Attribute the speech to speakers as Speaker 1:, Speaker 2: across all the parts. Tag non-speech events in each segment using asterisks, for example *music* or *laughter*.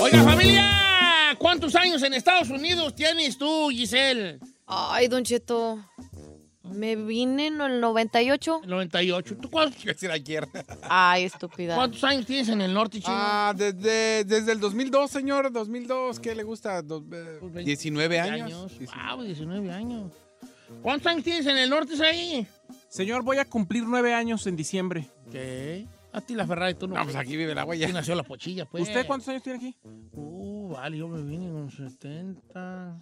Speaker 1: Oiga, familia, ¿cuántos años en Estados Unidos tienes tú, Giselle?
Speaker 2: Ay, Don Cheto. Me vine en el 98.
Speaker 1: 98. ¿Tú cuántos,
Speaker 3: decir ayer.
Speaker 2: Ay, estúpida.
Speaker 1: cuántos años tienes en el norte, chino?
Speaker 3: Ah, desde, desde el 2002, señor. 2002, ¿qué le gusta? Do- eh, 19 años.
Speaker 1: Wow, 19 años. ¿Cuántos años tienes en el norte, ahí?
Speaker 4: Señor, voy a cumplir nueve años en diciembre.
Speaker 1: ¿Qué? A ti la Ferrari, tú no.
Speaker 3: Vamos, pues aquí vive la
Speaker 1: Aquí
Speaker 3: huella.
Speaker 1: nació la pochilla, pues.
Speaker 4: ¿Usted cuántos años tiene aquí?
Speaker 1: Uh, vale, yo me vine con 70,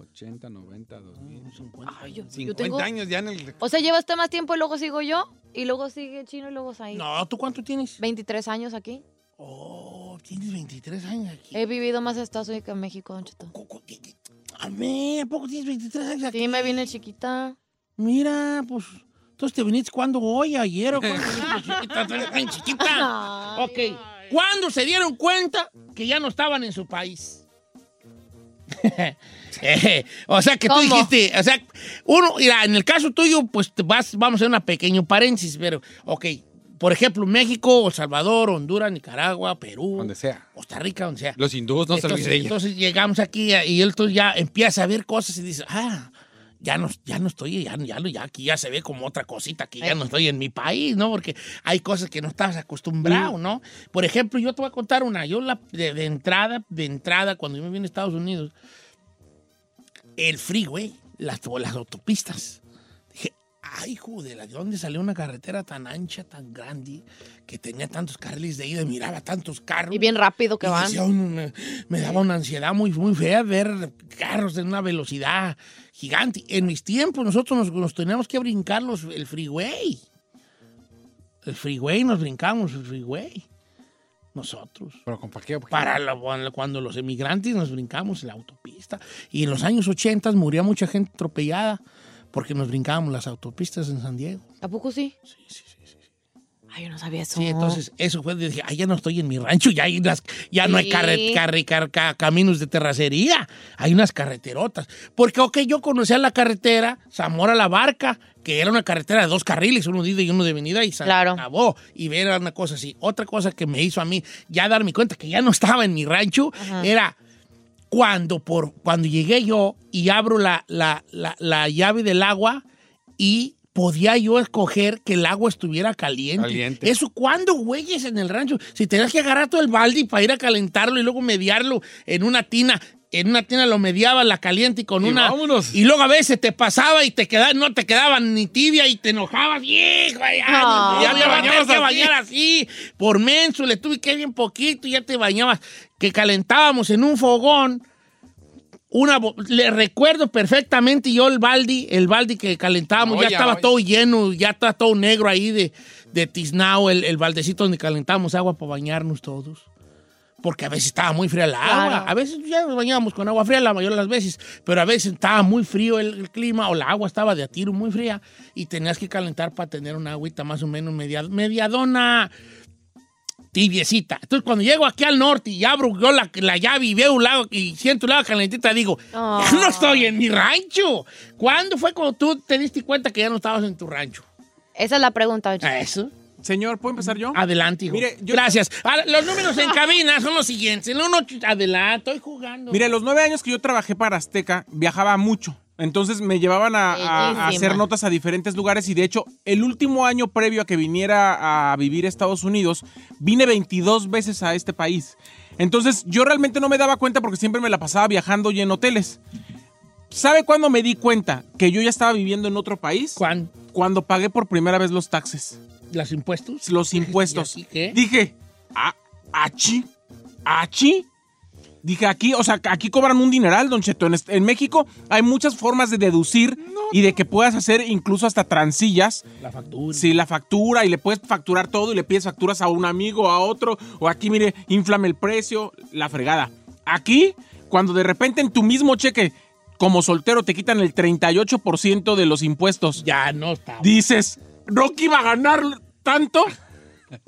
Speaker 3: 80, 90, 2000.
Speaker 1: con 50.
Speaker 2: Ay, yo, yo
Speaker 3: 50
Speaker 2: tengo...
Speaker 3: años ya en el...
Speaker 2: O sea, lleva usted más tiempo y luego sigo yo. Y luego sigue Chino y luego Said.
Speaker 1: No, ¿tú cuánto tienes?
Speaker 2: 23 años aquí.
Speaker 1: Oh, tienes 23 años aquí.
Speaker 2: He vivido más en Estados Unidos que en México, Don Cheto.
Speaker 1: Co- co- qué- qué- A ver, ¿a poco tienes 23 años aquí?
Speaker 2: Sí, me vine chiquita.
Speaker 1: Mira, pues. Entonces te viniste cuando hoy, ayer o cuándo? *laughs* chiquita, tú eres bien chiquita.
Speaker 2: Ay,
Speaker 1: *laughs* ok. ¿Cuándo se dieron cuenta que ya no estaban en su país? *laughs* Eh, o sea que tú
Speaker 2: ¿Cómo?
Speaker 1: dijiste, o sea, uno, mira, en el caso tuyo, pues te vas, vamos a hacer una pequeño paréntesis, pero, ok, por ejemplo, México, El Salvador, Honduras, Nicaragua, Perú,
Speaker 3: Donde sea.
Speaker 1: Costa Rica, donde sea.
Speaker 3: Los hindúes no se
Speaker 1: entonces,
Speaker 3: olviden de ella.
Speaker 1: entonces llegamos aquí y él tú ya empieza a ver cosas y dice, ah, ya no, ya no estoy, ya, ya, ya aquí ya se ve como otra cosita, que ya no estoy en mi país, ¿no? Porque hay cosas que no estabas acostumbrado, ¿no? Por ejemplo, yo te voy a contar una, yo la, de, de entrada, de entrada, cuando yo me vine a Estados Unidos, el freeway, las, las autopistas. Dije, ay, joder, ¿de dónde salió una carretera tan ancha, tan grande, que tenía tantos carriles de ida, miraba tantos carros?
Speaker 2: Y bien rápido que
Speaker 1: Y
Speaker 2: van.
Speaker 1: decía uno, me, me daba una ansiedad muy, muy fea ver carros en una velocidad gigante. En mis tiempos nosotros nos, nos teníamos que brincar los- el freeway. El freeway, nos brincamos el freeway. Nosotros.
Speaker 3: Pero con paqueo. porque-
Speaker 1: Para la- cuando- cuando los emigrantes nos brincamos la autopista. Y en los años 80 murió mucha gente atropellada porque nos brincábamos las autopistas en San Diego.
Speaker 2: ¿A poco sí?
Speaker 1: Sí, sí, sí. sí.
Speaker 2: Ay, yo no sabía eso.
Speaker 1: Sí, entonces eso fue, dije, ay, ya no estoy en mi rancho, ya hay unas, ya no hay carre-
Speaker 2: Sí.
Speaker 1: carre- car- ca- caminos de terracería, hay unas carreterotas. Porque, ok, yo conocía la carretera Zamora-La Barca, que era una carretera de dos carriles, uno de ida y uno de venida, y se
Speaker 2: Claro.
Speaker 1: acabó. Y era una cosa así. Otra cosa que me hizo a mí ya darme cuenta que ya no estaba en mi rancho
Speaker 2: Ajá.
Speaker 1: era cuando, por, cuando llegué yo y abro la, la- la- la llave del agua y podía yo escoger que el agua estuviera caliente.
Speaker 3: Caliente.
Speaker 1: Eso cuando güeyes en el rancho, si tenías que agarrar todo el balde para ir a calentarlo y luego mediarlo en una tina. En una tina lo mediaba la caliente y con
Speaker 3: Y
Speaker 1: una.
Speaker 3: vámonos.
Speaker 1: Y luego a veces te pasaba y te quedaba, no te quedaban ni tibia y te enojabas. ¡Hijo! Ya,
Speaker 2: Ah.
Speaker 1: ya te
Speaker 3: Ya bañabas
Speaker 1: bañabas que
Speaker 3: así.
Speaker 1: bañar así. Por menso, le tuve que bien poquito y ya te bañabas. Que calentábamos en un fogón una bo- le recuerdo perfectamente yo el baldi, el baldi que calentábamos,
Speaker 3: Olla,
Speaker 1: ya estaba
Speaker 3: olla.
Speaker 1: todo lleno, ya estaba todo negro ahí de, de tiznao, el, el baldecito donde calentábamos agua para bañarnos todos. Porque a veces estaba muy fría la agua,
Speaker 2: Claro.
Speaker 1: a veces ya nos bañábamos con agua fría la mayoría de las veces, pero a veces estaba muy frío el, el clima o la agua estaba de a tiro muy fría y tenías que calentar para tener una agüita más o menos media, mediadona tibiecita. Entonces, cuando llego aquí al norte y abro yo la, la llave y veo un lago y siento un lago calentita, digo, ya no estoy en mi rancho. ¿Cuándo fue cuando tú te diste cuenta que ya no estabas en tu rancho? Eh,
Speaker 2: Esa es la pregunta, Don Cheto.
Speaker 1: ¿Eso?
Speaker 4: Señor, ¿puedo empezar yo?
Speaker 3: Ah,
Speaker 1: Adelante, hijo.
Speaker 4: Mire, yo-
Speaker 1: Gracias. Ah, Los números en cabina son los siguientes. El uno, adelante, estoy jugando.
Speaker 4: Mire, los nueve años que yo trabajé para Azteca, viajaba mucho. Entonces me llevaban a, a- a
Speaker 2: Bellísima.
Speaker 4: hacer notas a diferentes lugares y de hecho el último año previo a que viniera a vivir a Estados Unidos, vine 22 veces a este país. Entonces yo realmente no me daba cuenta porque siempre me la pasaba viajando y en hoteles. ¿Sabe cuándo me di cuenta que yo ya estaba viviendo en otro país?
Speaker 1: Juan,
Speaker 4: Cuando pagué por primera vez los taxes,
Speaker 1: ¿los impuestos?
Speaker 4: los impuestos.
Speaker 1: *laughs* ¿Y aquí qué?
Speaker 4: Dije, ah, achi, achi. Dije, aquí, o sea, aquí cobran un dineral, don Cheto. En, este- en México hay muchas formas de deducir y de que puedas hacer incluso hasta transillas.
Speaker 1: La factura.
Speaker 4: Si la factura y le puedes facturar todo y le pides facturas a un amigo, a otro, o aquí, mire, inflame el precio, la fregada. Aquí, cuando de repente en tu mismo cheque, como soltero, te quitan el 38% de los impuestos,
Speaker 1: Ya no está.
Speaker 4: dices, Rocky va a ganar tanto.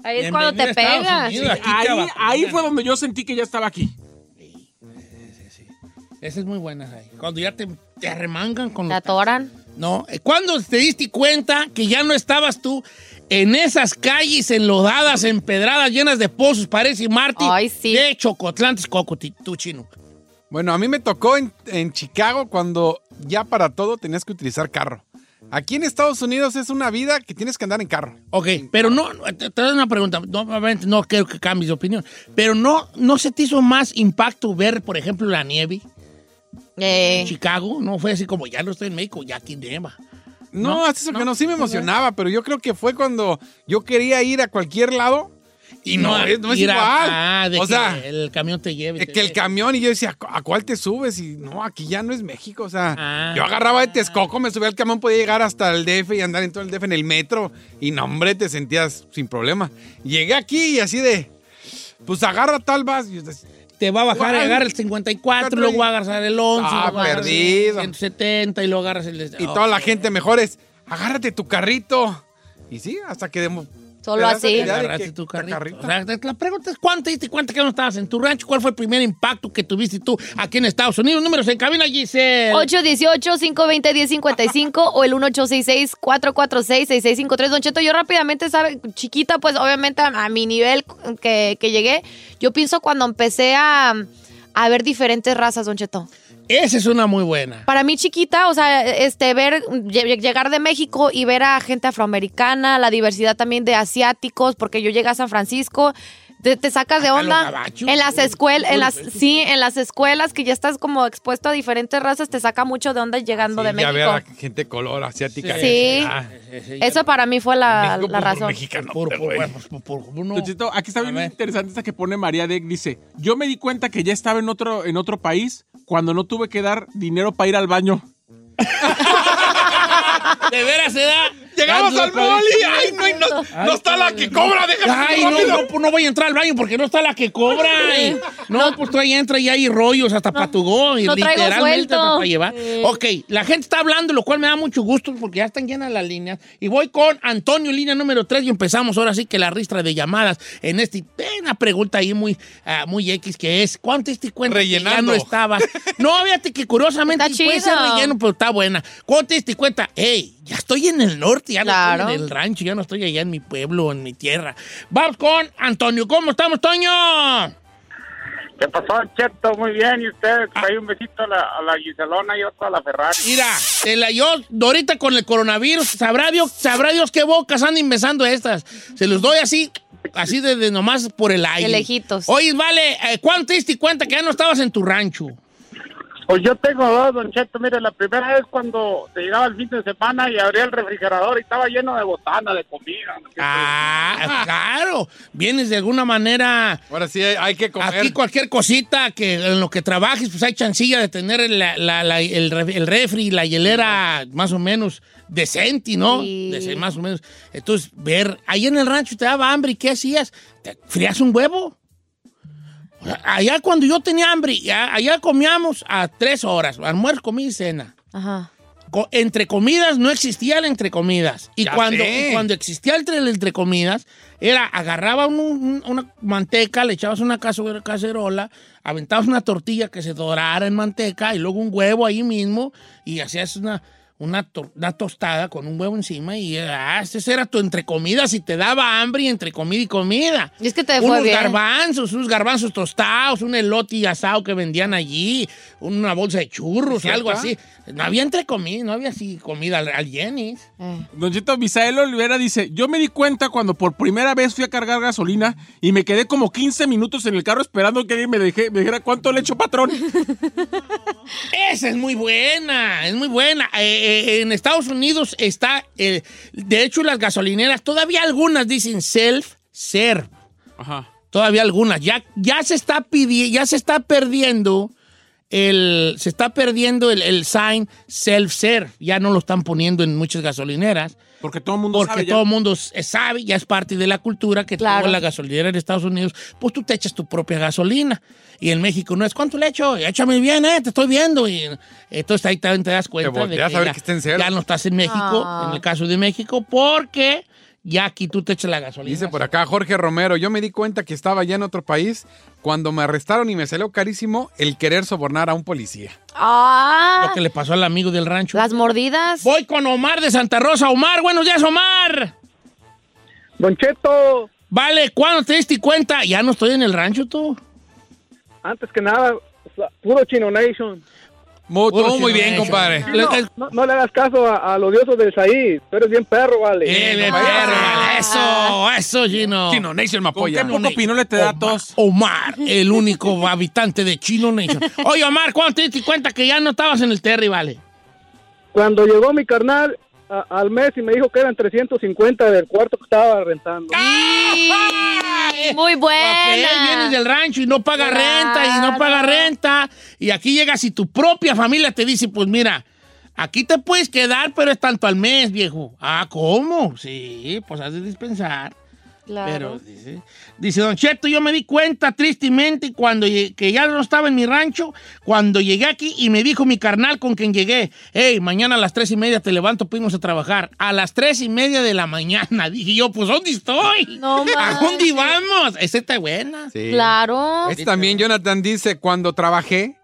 Speaker 2: Ahí es cuando te
Speaker 1: Bienvenido a Estados
Speaker 2: pegas.
Speaker 1: Unidos, aquí te
Speaker 4: Ahí,
Speaker 1: vacunan.
Speaker 4: ahí fue donde yo sentí que ya estaba aquí.
Speaker 1: Esa es muy buena. Sai. Cuando ya te, te arremangan con
Speaker 2: Te
Speaker 1: los
Speaker 2: atoran.
Speaker 1: No, eh, ¿cuándo te diste cuenta que ya no estabas tú en esas calles enlodadas, empedradas, llenas de pozos, paredes y mártir
Speaker 2: Ay, sí.
Speaker 1: de Chocotlantes, tú chino?
Speaker 3: Bueno, a mí me tocó en, en Chicago cuando ya para todo tenías que utilizar carro. Aquí en Estados Unidos es una vida que tienes que andar en carro.
Speaker 1: Ok, pero no, no, te, te doy una pregunta, no, obviamente no quiero que cambies de opinión, pero no, ¿no se te hizo más impacto ver, por ejemplo, la nieve en
Speaker 2: Eh,
Speaker 1: Chicago? No fue así como, ya no estoy en México, ya aquí nieva.
Speaker 3: No,
Speaker 1: No,
Speaker 3: es eso que no, sí me emocionaba, pero yo creo que fue cuando yo quería ir a cualquier lado y no, es, no es
Speaker 1: ir a-
Speaker 3: igual.
Speaker 1: ah, de
Speaker 3: o
Speaker 1: que
Speaker 3: sea,
Speaker 1: el camión te lleve.
Speaker 3: es
Speaker 1: te
Speaker 3: que el
Speaker 1: lleve.
Speaker 3: camión y yo decía, ¿a cuál te subes? Y no, aquí ya no es México. O sea,
Speaker 1: Ah.
Speaker 3: yo agarraba de Texcoco, me subía al camión, podía llegar hasta el DF y andar en todo el DF en el metro. Y no, hombre, te sentías sin problema. Llegué aquí y así de, pues agarra tal vas. Y yo decía,
Speaker 1: Te va a bajar,
Speaker 3: Guay.
Speaker 1: agarra el 54, luego va a agarrar el 11.
Speaker 3: Ah,
Speaker 1: luego agarras el
Speaker 3: perdido.
Speaker 1: 170 y luego agarras el... oh,
Speaker 3: Y toda la gente mejor es, agárrate tu carrito. Y sí, hasta que... demo-
Speaker 2: Solo
Speaker 3: te das la
Speaker 2: así.
Speaker 3: idea de
Speaker 1: Agarraste
Speaker 3: que-
Speaker 1: tu
Speaker 3: tu
Speaker 1: carrito.
Speaker 3: carrito.
Speaker 1: O sea, la pregunta es, ¿cuánto te diste cuenta que no estabas en tu rancho? ¿Cuál fue el primer impacto que tuviste tú aquí en Estados Unidos? Números en cabina, Giselle.
Speaker 2: 818-520-1055 o el 1866-446-6653. Don Cheto, yo rápidamente, ¿sabe? Chiquita, pues obviamente a, a mi nivel que, que llegué, yo pienso cuando empecé a, a ver diferentes razas, Don Cheto.
Speaker 1: Esa es una muy buena.
Speaker 2: Para mí chiquita, o sea, este ver lle- llegar de México y ver a gente afroamericana, la diversidad también de asiáticos, porque yo llegué a San Francisco, te, te sacas de
Speaker 1: Hasta
Speaker 2: onda
Speaker 1: los gabachos.
Speaker 2: en las escuelas, en las
Speaker 1: Uy, uy,
Speaker 2: sí, en las escuelas que ya estás como expuesto a diferentes razas, te saca mucho de onda llegando
Speaker 3: Sí,
Speaker 2: de
Speaker 3: ya ver a
Speaker 2: México.
Speaker 3: gente color asiática.
Speaker 2: Sí.
Speaker 3: Ah,
Speaker 2: Eso para mí fue la,
Speaker 3: México,
Speaker 2: la
Speaker 3: pues,
Speaker 2: razón.
Speaker 3: mexicano,
Speaker 1: Por, por,
Speaker 3: güey.
Speaker 1: por, por, por- uno-
Speaker 4: Don Cheto, aquí está
Speaker 1: A
Speaker 4: bien
Speaker 1: ver.
Speaker 4: interesante esta que pone María Deck. Dice, yo me di cuenta que ya estaba en otro, en otro país cuando no tuve que dar dinero para ir al baño.
Speaker 1: De veras, ¿eh? se da.
Speaker 3: Llegamos al boli. Ay, no, y no,
Speaker 1: Ay,
Speaker 3: no está la que cobra. Déjame
Speaker 1: Ay, no,
Speaker 3: rápido.
Speaker 1: no, pues, no voy a entrar al baño porque no está la que cobra.
Speaker 3: *laughs*
Speaker 1: eh. No, pues tú ahí entras y hay rollos hasta para tu go, y
Speaker 2: no traigo
Speaker 1: literalmente
Speaker 2: suelto.
Speaker 1: hasta para llevar. Ok, la gente está hablando, lo cual me da mucho gusto porque ya están llenas las líneas. Y voy con Antonio, línea número 3, y empezamos ahora sí que la ristra de llamadas en este. eh, Una pregunta ahí muy, ah, muy X que es: ¿Cuánto te diste cuenta que ya
Speaker 3: Rellenando.
Speaker 1: no estabas? No, fíjate que curiosamente
Speaker 2: Está
Speaker 1: puede ser
Speaker 2: chido.
Speaker 1: relleno, pero pues, está buena. ¿Cuánto te diste cuenta? ¡Ey! Ya estoy en el norte, ya no
Speaker 2: Claro.
Speaker 1: estoy en el rancho, ya no estoy allá en mi pueblo, en mi tierra. Vamos con Antonio. ¿Cómo estamos, Toño?
Speaker 5: ¿Qué pasó, Cheto? Muy bien, y ustedes,
Speaker 1: Ah.
Speaker 5: hay un besito a la, a la Giselona y otro a la Ferrari.
Speaker 1: Mira, te la yo ahorita con el coronavirus, sabrá Dios, sabrá Dios qué bocas andan inventando estas. Se los doy así, así de, de nomás por el aire.
Speaker 2: lejitos.
Speaker 1: Oye, vale, eh, ¿cuánto te diste cuenta que ya no estabas en tu rancho?
Speaker 5: Pues yo tengo dos, Don Cheto. Mire, la primera es cuando se llegaba el fin de semana y abría el refrigerador y estaba lleno de botana, de comida.
Speaker 1: Ah, claro. Vienes de alguna manera
Speaker 3: Ahora sí hay, hay que comer.
Speaker 1: Aquí cualquier cosita que en lo que trabajes, pues hay chancilla de tener la- la- la- el, ref- el refri, la hielera más o menos decente, ¿no?
Speaker 2: Sí.
Speaker 1: Dece- más o menos. Entonces, ver, ahí en el rancho te daba hambre, ¿y qué hacías? ¿Te frías un huevo? O sea, Allá cuando yo tenía hambre, ya- allá comíamos a tres horas, almuerzo, comida y cena.
Speaker 2: Ajá.
Speaker 1: Co- entre comidas no existía el entre comidas. Y
Speaker 3: Ya
Speaker 1: cuando,
Speaker 3: sé.
Speaker 1: y cuando existía el, tre- el entre comidas, era agarraba un- un- una manteca, le echabas una cazo- cacerola, aventabas una tortilla que se dorara en manteca y luego un huevo ahí mismo y hacías una, una, to- una tostada con un huevo encima y ah, ese era tu entrecomida si te daba hambre y entre comida y comida.
Speaker 2: Y es que te fue
Speaker 1: Unos
Speaker 2: bien.
Speaker 1: garbanzos, unos garbanzos tostados, un elote y asado que vendían allí, una bolsa de churros, algo así. No había entrecomida, no había así comida al, al Jenny's.
Speaker 2: Eh.
Speaker 4: Don Cheto Misael Olivera dice, yo me di cuenta cuando por primera vez fui a cargar gasolina y me quedé como 15 minutos en el carro esperando que alguien me, deje- me dijera cuánto le echo patrón.
Speaker 1: Esa es muy buena, es muy buena. Eh, eh, en Estados Unidos está, eh, de hecho, las gasolineras, todavía algunas dicen self-serve.
Speaker 4: Ajá.
Speaker 1: Todavía algunas. Ya, ya se está pidiendo, ya se está perdiendo el. Se está perdiendo el, el sign self-serve. Ya no lo están poniendo en muchas gasolineras.
Speaker 4: Porque todo el mundo
Speaker 1: Porque
Speaker 4: sabe ya.
Speaker 1: todo el mundo s- eh, sabe, ya es parte de la cultura que
Speaker 2: Claro.
Speaker 1: toda la gasolinera en Estados Unidos, pues tú te echas tu propia gasolina. Y en México no es, ¿cuánto le echo? Échame bien, eh, te estoy viendo. Y entonces ahí también te das cuenta de
Speaker 3: volteas a ver
Speaker 1: ya,
Speaker 3: que está en cero.
Speaker 1: ya no estás en México,
Speaker 2: Ah.
Speaker 1: en el caso de México, porque ya aquí tú te echas la gasolina.
Speaker 3: Dice por acá Jorge Romero, yo me di cuenta que estaba ya en otro país cuando me arrestaron y me salió carísimo el querer sobornar a un policía.
Speaker 2: Ah,
Speaker 1: Lo que le pasó al amigo del rancho.
Speaker 2: las mordidas.
Speaker 1: Voy con Omar de Santa Rosa. Omar, buenos días, Omar.
Speaker 5: Don Cheto,
Speaker 1: Vale, ¿cuándo te diste cuenta? Ya no estoy en el rancho tú.
Speaker 5: antes que nada, puro Chino Nation.
Speaker 3: Mu-
Speaker 1: Puro
Speaker 3: todo muy bien,
Speaker 1: silencio.
Speaker 3: compadre.
Speaker 1: Le-
Speaker 5: No, no le hagas caso a, a los dioses del Saí. Tú eres bien perro, vale.
Speaker 1: Eh, de verga, eso, eso, Gino.
Speaker 3: Chino Nation me
Speaker 4: ¿Con qué
Speaker 3: apoya.
Speaker 4: poco pinole te da tos?
Speaker 1: Omar, el único *laughs* habitante de Chino Nation. Oye, Omar, ¿cuándo te diste cuenta que ya no estabas en el Terry, vale?
Speaker 5: Cuando llegó mi carnal a- al mes y me dijo que eran 350 del cuarto que estaba rentando.
Speaker 1: ¡Ay!
Speaker 2: Muy
Speaker 1: Papel, vienes
Speaker 2: buena.
Speaker 1: del rancho y no paga renta, y no paga
Speaker 2: Claro.
Speaker 1: renta. Y aquí llegas y tu propia familia te dice, pues mira, aquí te puedes quedar, pero es tanto al mes, viejo. Ah, ¿cómo? Sí, pues has de dispensar. Pero
Speaker 2: Claro.
Speaker 1: dice, dice Don Cheto, yo me di cuenta tristemente cuando lle- que ya no estaba en mi rancho, cuando llegué aquí y me dijo mi carnal con quien llegué, hey, mañana a las tres y media te levanto, pudimos a trabajar. A las tres y media de la mañana, *laughs* dije yo, pues ¿dónde estoy?
Speaker 2: No
Speaker 1: ¿A dónde
Speaker 2: manches.
Speaker 1: vamos? Esa está buena.
Speaker 3: Sí.
Speaker 2: Claro.
Speaker 3: Este también Jonathan dice, cuando trabajé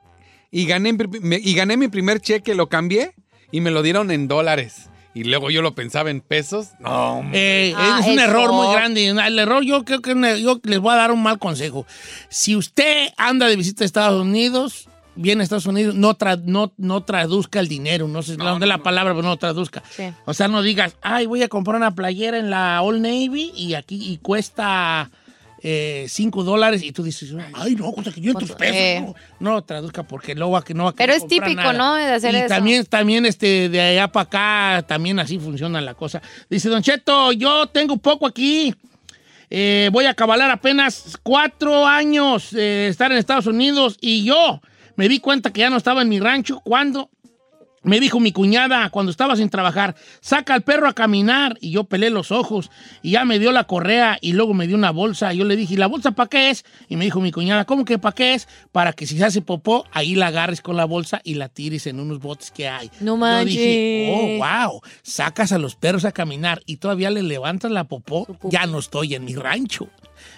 Speaker 3: y gané, mi pri- me- y gané mi primer cheque, lo cambié y me lo dieron en dólares. Y luego yo lo pensaba en pesos. No, hombre.
Speaker 1: Eh,
Speaker 2: Ah,
Speaker 1: es un
Speaker 2: eso.
Speaker 1: error muy grande. El error, yo creo que ne- yo les voy a dar un mal consejo. Si usted anda de visita a Estados Unidos, viene a Estados Unidos, no, tra- no, no traduzca el dinero. No sé dónde la palabra, pero no traduzca.
Speaker 2: Sí.
Speaker 1: O sea, no digas, ay, voy a comprar una playera en la All Navy y aquí y cuesta 5 dólares y tú dices, ay, no, cuesta 500
Speaker 2: Pues,
Speaker 1: pesos.
Speaker 2: eh.
Speaker 1: No, no traduzca porque luego va que no va a
Speaker 2: Pero
Speaker 1: querer
Speaker 2: es
Speaker 1: comprar
Speaker 2: típico,
Speaker 1: nada.
Speaker 2: ¿no? De hacer
Speaker 1: y
Speaker 2: eso.
Speaker 1: también, también este, de allá para acá, también así funciona la cosa. Dice, Don Cheto, yo tengo poco aquí. Eh, voy a cabalar apenas cuatro años eh, de estar en Estados Unidos y yo me di cuenta que ya no estaba en mi rancho cuando me dijo mi cuñada cuando estaba sin trabajar, saca al perro a caminar y yo pelé los ojos y ya me dio la correa y luego me dio una bolsa. Yo le dije, ¿y la bolsa para qué es? Y me dijo mi cuñada, ¿cómo que para qué es? Para que si se hace popó, ahí la agarres con la bolsa y la tires en unos botes que hay.
Speaker 2: No
Speaker 1: Yo dije,
Speaker 2: manches.
Speaker 1: oh, wow, sacas a los perros a caminar y todavía le levantas la popó,
Speaker 2: popó.
Speaker 1: ya no estoy en mi rancho.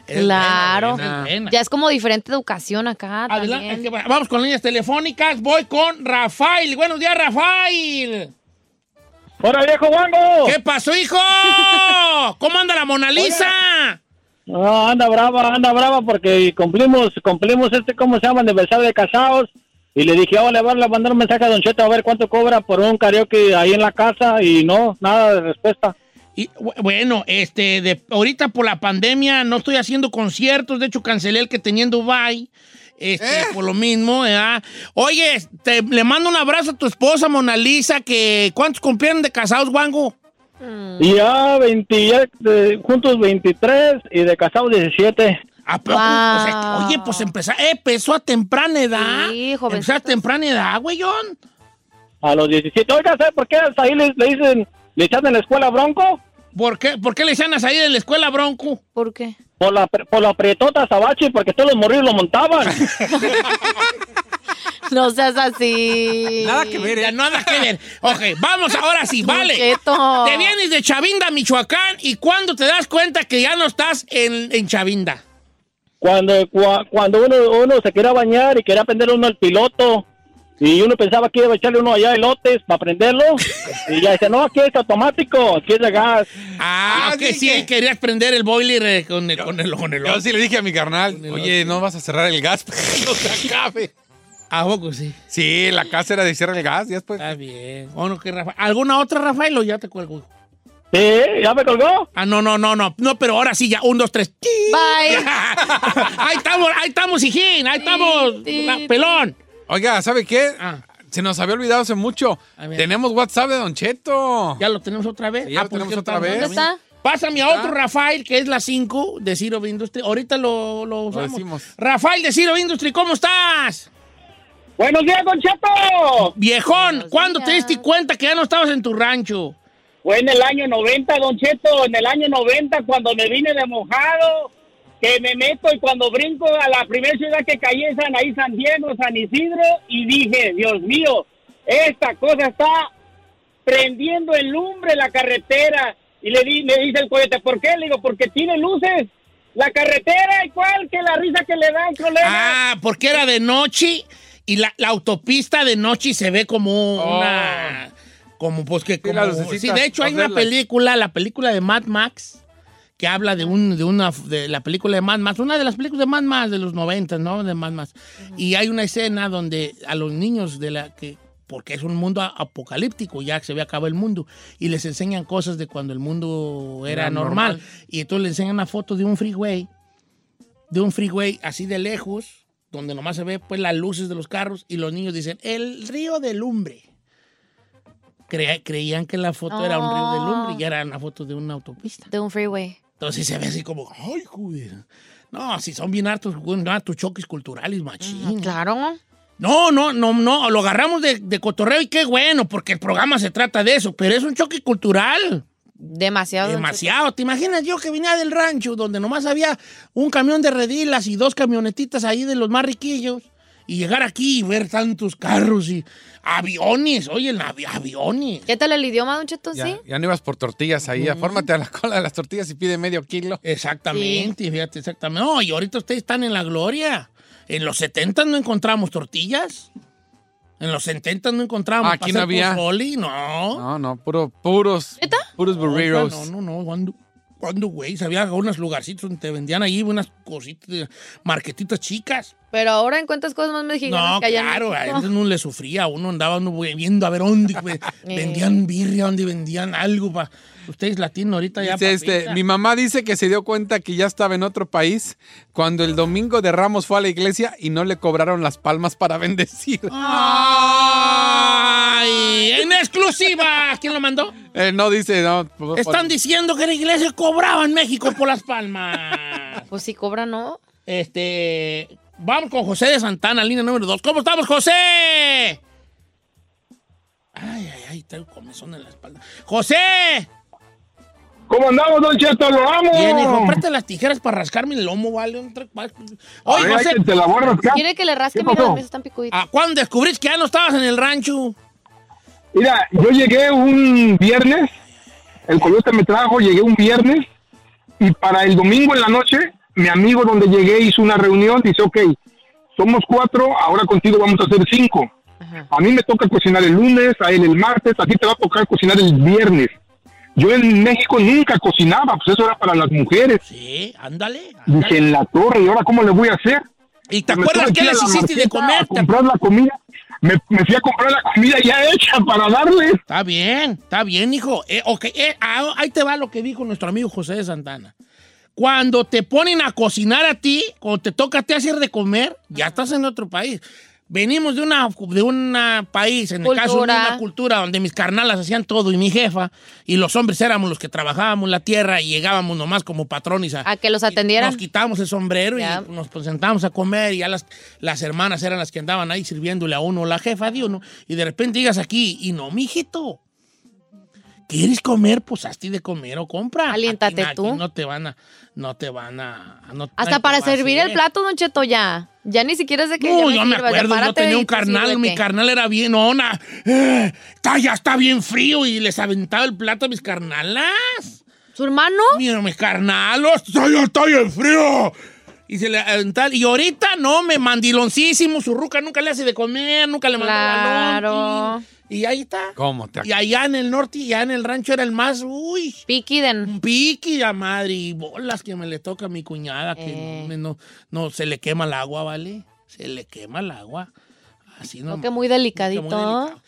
Speaker 1: Es buena,
Speaker 2: Claro.
Speaker 1: buena, buena.
Speaker 2: Ya es como diferente educación acá.
Speaker 1: Adelante,
Speaker 2: también.
Speaker 1: es que va- vamos con líneas telefónicas. Voy con Rafael. Buenos días, Rafael.
Speaker 5: ¡Hola, viejo guango!
Speaker 1: ¿Qué pasó,
Speaker 2: *laughs*
Speaker 1: hijo? ¿Cómo anda la Mona Lisa?
Speaker 5: No, anda brava, anda brava porque cumplimos, cumplimos este, ¿cómo se llama? Aniversario de casados. Y le dije, ahora le voy a mandar un mensaje a Don Cheto a ver cuánto cobra por un karaoke ahí en la casa y no, nada de respuesta.
Speaker 1: Y, bu- bueno, este, de, ahorita por la pandemia no estoy haciendo conciertos. De hecho, cancelé el que tenía en Dubai.
Speaker 2: Eh.
Speaker 1: Este, por lo mismo, ¿verdad? Oye, te- le mando un abrazo a tu esposa, Mona Lisa, que ¿cuántos cumplieron de casados, Wango?
Speaker 5: Y ya, 20, ya, eh, juntos 23 y de casados 17.
Speaker 1: ¿A poco?
Speaker 2: Wow.
Speaker 1: O sea, oye, pues empezó, eh, empezó a temprana edad.
Speaker 2: Sí,
Speaker 1: empezó a
Speaker 2: jovencitos.
Speaker 1: temprana edad, güeyón.
Speaker 5: A los 17. Oiga, ¿sabe por qué hasta ahí le, le dicen, le echan en la escuela bronco?
Speaker 1: ¿Por qué, ¿Por qué le echan a salir de la escuela, Bronco?
Speaker 2: ¿Por qué?
Speaker 5: Por la, pre- por la prietota Sabachi, porque todos los morridos lo montaban.
Speaker 2: No seas así.
Speaker 4: Nada que ver,
Speaker 1: Ya
Speaker 4: ¿eh?
Speaker 1: nada que ver. Ok, vamos
Speaker 2: *laughs*
Speaker 1: ahora sí, vale.
Speaker 2: Cheto.
Speaker 1: Te vienes de Chavinda, Michoacán, y cuando te das cuenta que ya no estás en, en Chavinda.
Speaker 5: cuando cua- cuando uno, uno se quería bañar y quería prender uno el piloto. Y uno pensaba que iba a echarle uno allá elotes para prenderlo. y ya dice, no, aquí es automático, aquí es de gas.
Speaker 1: Ah, que
Speaker 3: sí
Speaker 1: sí,
Speaker 3: que-
Speaker 1: querías prender el boiler eh, con, el, con el con el
Speaker 3: Yo sí le dije a mi carnal, oye, ¿no vas a cerrar el gas *laughs* para que no se acabe?
Speaker 1: Ah, poco sí.
Speaker 3: Sí, la casa era de cierra el gas, ya pues. después.
Speaker 1: Está bien. Bueno, que Rafa- ¿Alguna otra, Rafael? O ya te cuelgo.
Speaker 5: Sí, ya me colgó.
Speaker 1: Ah, no, no, no, no. No, pero ahora sí, ya. Un, dos, tres. *laughs*
Speaker 2: Bye.
Speaker 1: ahí estamos, ahí estamos, hijín. Ahí estamos. Ah,
Speaker 2: Sí, sí.
Speaker 1: Pelón.
Speaker 3: Oiga, ¿sabe qué?
Speaker 1: Ah.
Speaker 3: Se nos había olvidado hace mucho.
Speaker 1: A ver.
Speaker 3: Tenemos WhatsApp de Don Cheto.
Speaker 1: Ya lo tenemos otra vez. Ah,
Speaker 3: Sí, ya lo tenemos
Speaker 1: que
Speaker 3: otra
Speaker 1: estamos-
Speaker 3: vez.
Speaker 2: ¿Dónde está?
Speaker 1: Pásame a otro Rafael, que es la 5 de Ciro Industry. Ahorita lo, lo usamos.
Speaker 3: decimos.
Speaker 1: Rafael de Ciro Industry, ¿cómo estás?
Speaker 5: Buenos días, Concheto.
Speaker 1: Viejón,
Speaker 2: Buenos
Speaker 1: ¿cuándo te
Speaker 2: días.
Speaker 1: diste cuenta que ya no estabas en tu rancho?
Speaker 5: Fue en el año 90, Don Cheto, en el año 90 cuando me vine de mojado, que me meto y cuando brinco a la primera ciudad que caí es Anaí, San Diego, San Isidro, y dije, Dios mío, esta cosa está prendiendo el lumbre la carretera. Y le di, me dice el cohete, ¿por qué? Le digo, porque tiene luces. La carretera igual que la risa que le da el colega.
Speaker 1: Ah, porque era de noche y la, la autopista de noche se ve como
Speaker 3: Oh.
Speaker 1: una. Como pues que. Como,
Speaker 3: las lucecitas,
Speaker 1: sí, de hecho hay una
Speaker 3: hacerlas.
Speaker 1: película, la película de Mad Max, que habla de un, de una de la película de Mad Max, una de las películas de Mad Max de los 90, ¿no? De Mad Max. Y hay una escena donde a los niños de la que porque es un mundo a- apocalíptico, ya que se ve acaba el mundo, y les enseñan cosas de cuando el mundo era,
Speaker 3: Era
Speaker 1: normal.
Speaker 3: normal.
Speaker 1: Y entonces le enseñan una foto de un freeway de un freeway así de lejos, donde nomás se ve pues las luces de los carros y los niños dicen, el río de lumbre. Cre- creían que la foto era un río de lumbre y era una foto de una autopista.
Speaker 2: De un freeway.
Speaker 1: Entonces se ve así como, ay, joder. No, si son bien hartos, güey, hartos choques culturales, machín.
Speaker 2: Ah, Claro.
Speaker 1: No, no, no, no, lo agarramos de, de cotorreo y qué bueno, porque el programa se trata de eso, pero es un choque cultural.
Speaker 2: Demasiado. don Cheto.
Speaker 1: Demasiado. ¿Te imaginas yo que venía del rancho donde nomás había un camión de redilas y dos camionetitas ahí de los más riquillos? Y llegar aquí y ver tantos carros y aviones, oye, el avi- aviones.
Speaker 2: ¿Qué tal el idioma, Don Cheto?
Speaker 3: Ya,
Speaker 2: Sí.
Speaker 3: ya no ibas por tortillas ahí. Afórmate a la cola de las tortillas y pide medio kilo.
Speaker 1: Exactamente, fíjate, exactamente. No, y ahorita ustedes están en la gloria. En los 70 no encontramos tortillas. En los 70 no encontramos
Speaker 3: Aquí
Speaker 1: pa'
Speaker 3: no
Speaker 1: hacer
Speaker 3: había.
Speaker 1: pozole, no.
Speaker 3: No, no, puro, puros.
Speaker 2: ¿Neta?
Speaker 3: Puros burritos.
Speaker 1: No, no, no, cuando, cuando, güey, había unos lugarcitos donde te vendían ahí unas cositas, de- marquetitas chicas.
Speaker 2: Pero ahora encuentras cosas más mexicanas
Speaker 1: No,
Speaker 2: que allá en
Speaker 1: claro, a
Speaker 2: México.
Speaker 1: veces uno le sufría, uno andaba uno viendo a ver dónde
Speaker 2: *laughs*
Speaker 1: pues, vendían birria, dónde vendían algo. Pa. Ustedes la tienen ahorita ya.
Speaker 3: Dice, este,
Speaker 1: papita.
Speaker 3: mi mamá dice que se dio cuenta que ya estaba en otro país cuando el domingo de Ramos fue a la iglesia y no le cobraron las palmas para *laughs* bendecir.
Speaker 4: Ah.
Speaker 1: ¡Ay! ¡En exclusiva! ¿Quién lo mandó?
Speaker 3: Eh, no dice, no. pues, por-
Speaker 1: Están
Speaker 3: por-
Speaker 1: diciendo que la iglesia cobraba en México por las palmas.
Speaker 2: Pues si cobra, ¿no?
Speaker 1: Este. Vamos con José de Santana, línea número 2. ¿Cómo estamos, José? Ay, ay, ay, traigo comezón en la espalda. ¡José!
Speaker 5: ¿Cómo andamos, Don Cheto? ¡Lo amo!
Speaker 1: Bien, hijo, apriete las tijeras para rascarme el lomo, vale. Un tra- va- Oye, José,
Speaker 5: te la voy a rascar.
Speaker 2: Quiere que le rasque,
Speaker 5: ¿Qué
Speaker 2: mira,
Speaker 5: pasó?
Speaker 2: las están picuditas.
Speaker 1: ¿a cuándo descubriste que ya no estabas en el rancho?
Speaker 5: Mira, yo llegué un viernes, el coyote me trajo, llegué un viernes y para el domingo en la noche, mi amigo donde llegué hizo una reunión, dice, ok, somos cuatro, ahora contigo vamos a hacer cinco.
Speaker 2: Ajá.
Speaker 5: A mí me toca cocinar el lunes, a él el martes, a ti te va a tocar cocinar el viernes. Yo en México nunca cocinaba, pues eso era para las mujeres.
Speaker 1: Sí, ándale. ándale.
Speaker 5: Dije, en la torre, ¿y ahora cómo le voy a hacer?
Speaker 1: ¿Y te
Speaker 5: Me
Speaker 1: acuerdas
Speaker 5: tuve
Speaker 1: qué
Speaker 5: que ir a
Speaker 1: les
Speaker 5: la
Speaker 1: hiciste de
Speaker 5: marqueta
Speaker 1: comer?
Speaker 5: A comprar la comida. Me, me fui a comprar la comida ya hecha para darle.
Speaker 1: Está bien, está bien, hijo. Eh, ok, eh, ah, ahí te va lo que dijo nuestro amigo José de Santana. Cuando te ponen a cocinar a ti, cuando te toca a ti hacer de comer, ya estás en otro país. Venimos de una de un país, en el caso de
Speaker 2: Cultura.
Speaker 1: una cultura donde mis carnalas hacían todo y mi jefa, y los hombres éramos los que trabajábamos la tierra y llegábamos nomás como patrones a,
Speaker 2: A que los atendieran.
Speaker 1: nos quitamos el sombrero
Speaker 2: Ya.
Speaker 1: y nos presentamos a comer y ya las, las hermanas eran las que andaban ahí sirviéndole a uno, la jefa de uno, y de repente llegas aquí y no, mijito. ¿Quieres comer? Pues hazte de comer o compra.
Speaker 2: Aliéntate
Speaker 1: Aquí- aquí
Speaker 2: tú.
Speaker 1: No te van a, no te van a. no- nadie
Speaker 2: Hasta
Speaker 1: te
Speaker 2: para
Speaker 1: va a
Speaker 2: servir el
Speaker 1: hacer.
Speaker 2: plato, Don Cheto, ya. Ya ni siquiera es de que. ya
Speaker 1: No, Uh, yo me
Speaker 2: sirvas, ya
Speaker 1: acuerdo, yo
Speaker 2: párate
Speaker 1: tenía
Speaker 2: y
Speaker 1: un
Speaker 2: tú
Speaker 1: carnal, mi
Speaker 2: sírvete.
Speaker 1: carnal era bien ona. Eh, está- ya está bien frío y les aventaba el plato a mis carnalas.
Speaker 2: ¿Su hermano?
Speaker 1: Mira, mis carnalos, ya está bien frío. Y, se le- eh, tal, y ahorita no, me mandiloncísimo, su ruca nunca le hace de comer, nunca le manda
Speaker 2: Claro.
Speaker 1: balón. Y, y ahí está.
Speaker 3: ¿Cómo te
Speaker 1: Y allá en el norte, y allá en el rancho era el más, uy,
Speaker 2: Piqui de...
Speaker 1: un piqui la madre, y bolas que me le toca a mi cuñada, que
Speaker 2: Eh.
Speaker 1: no, no, no, se le quema el agua, ¿vale? Se le quema el agua. Así no.
Speaker 2: Creo que muy delicadito.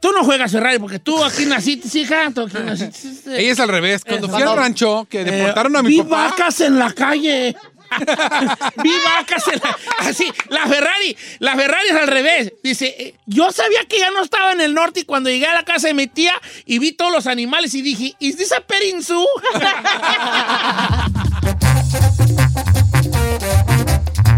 Speaker 1: Tú no juegas Ferrari porque tú aquí naciste, hija.
Speaker 3: *laughs*
Speaker 1: Tú aquí naciste.
Speaker 3: Ella es al revés. Cuando
Speaker 1: Eh,
Speaker 3: fui al
Speaker 1: cuando-
Speaker 3: rancho, que
Speaker 1: Eh,
Speaker 3: deportaron a mi
Speaker 1: vi
Speaker 3: papá.
Speaker 1: vacas en la calle. *laughs* vi vacas en la... Así, la Ferrari, la Ferrari es al revés. Dice, eh, yo sabía que ya no estaba en el norte y cuando llegué a la casa de mi tía y vi todos los animales y dije, ¿is this a pet in zoo?" *laughs*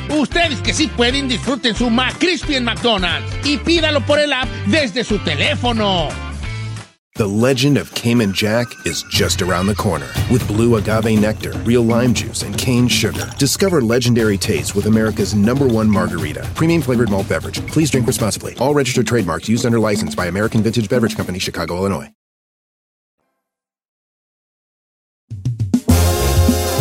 Speaker 1: Ustedes que sí pueden, disfruten su McCrispy en McDonald's y pídalo por el app desde su teléfono.
Speaker 6: The legend of Cayman Jack is just around the corner. With blue agave nectar, real lime juice, and cane sugar, discover legendary taste with America's number one margarita. Premium flavored malt beverage. Please drink responsibly. All registered trademarks used under license by American Vintage Beverage Company, Chicago, Illinois.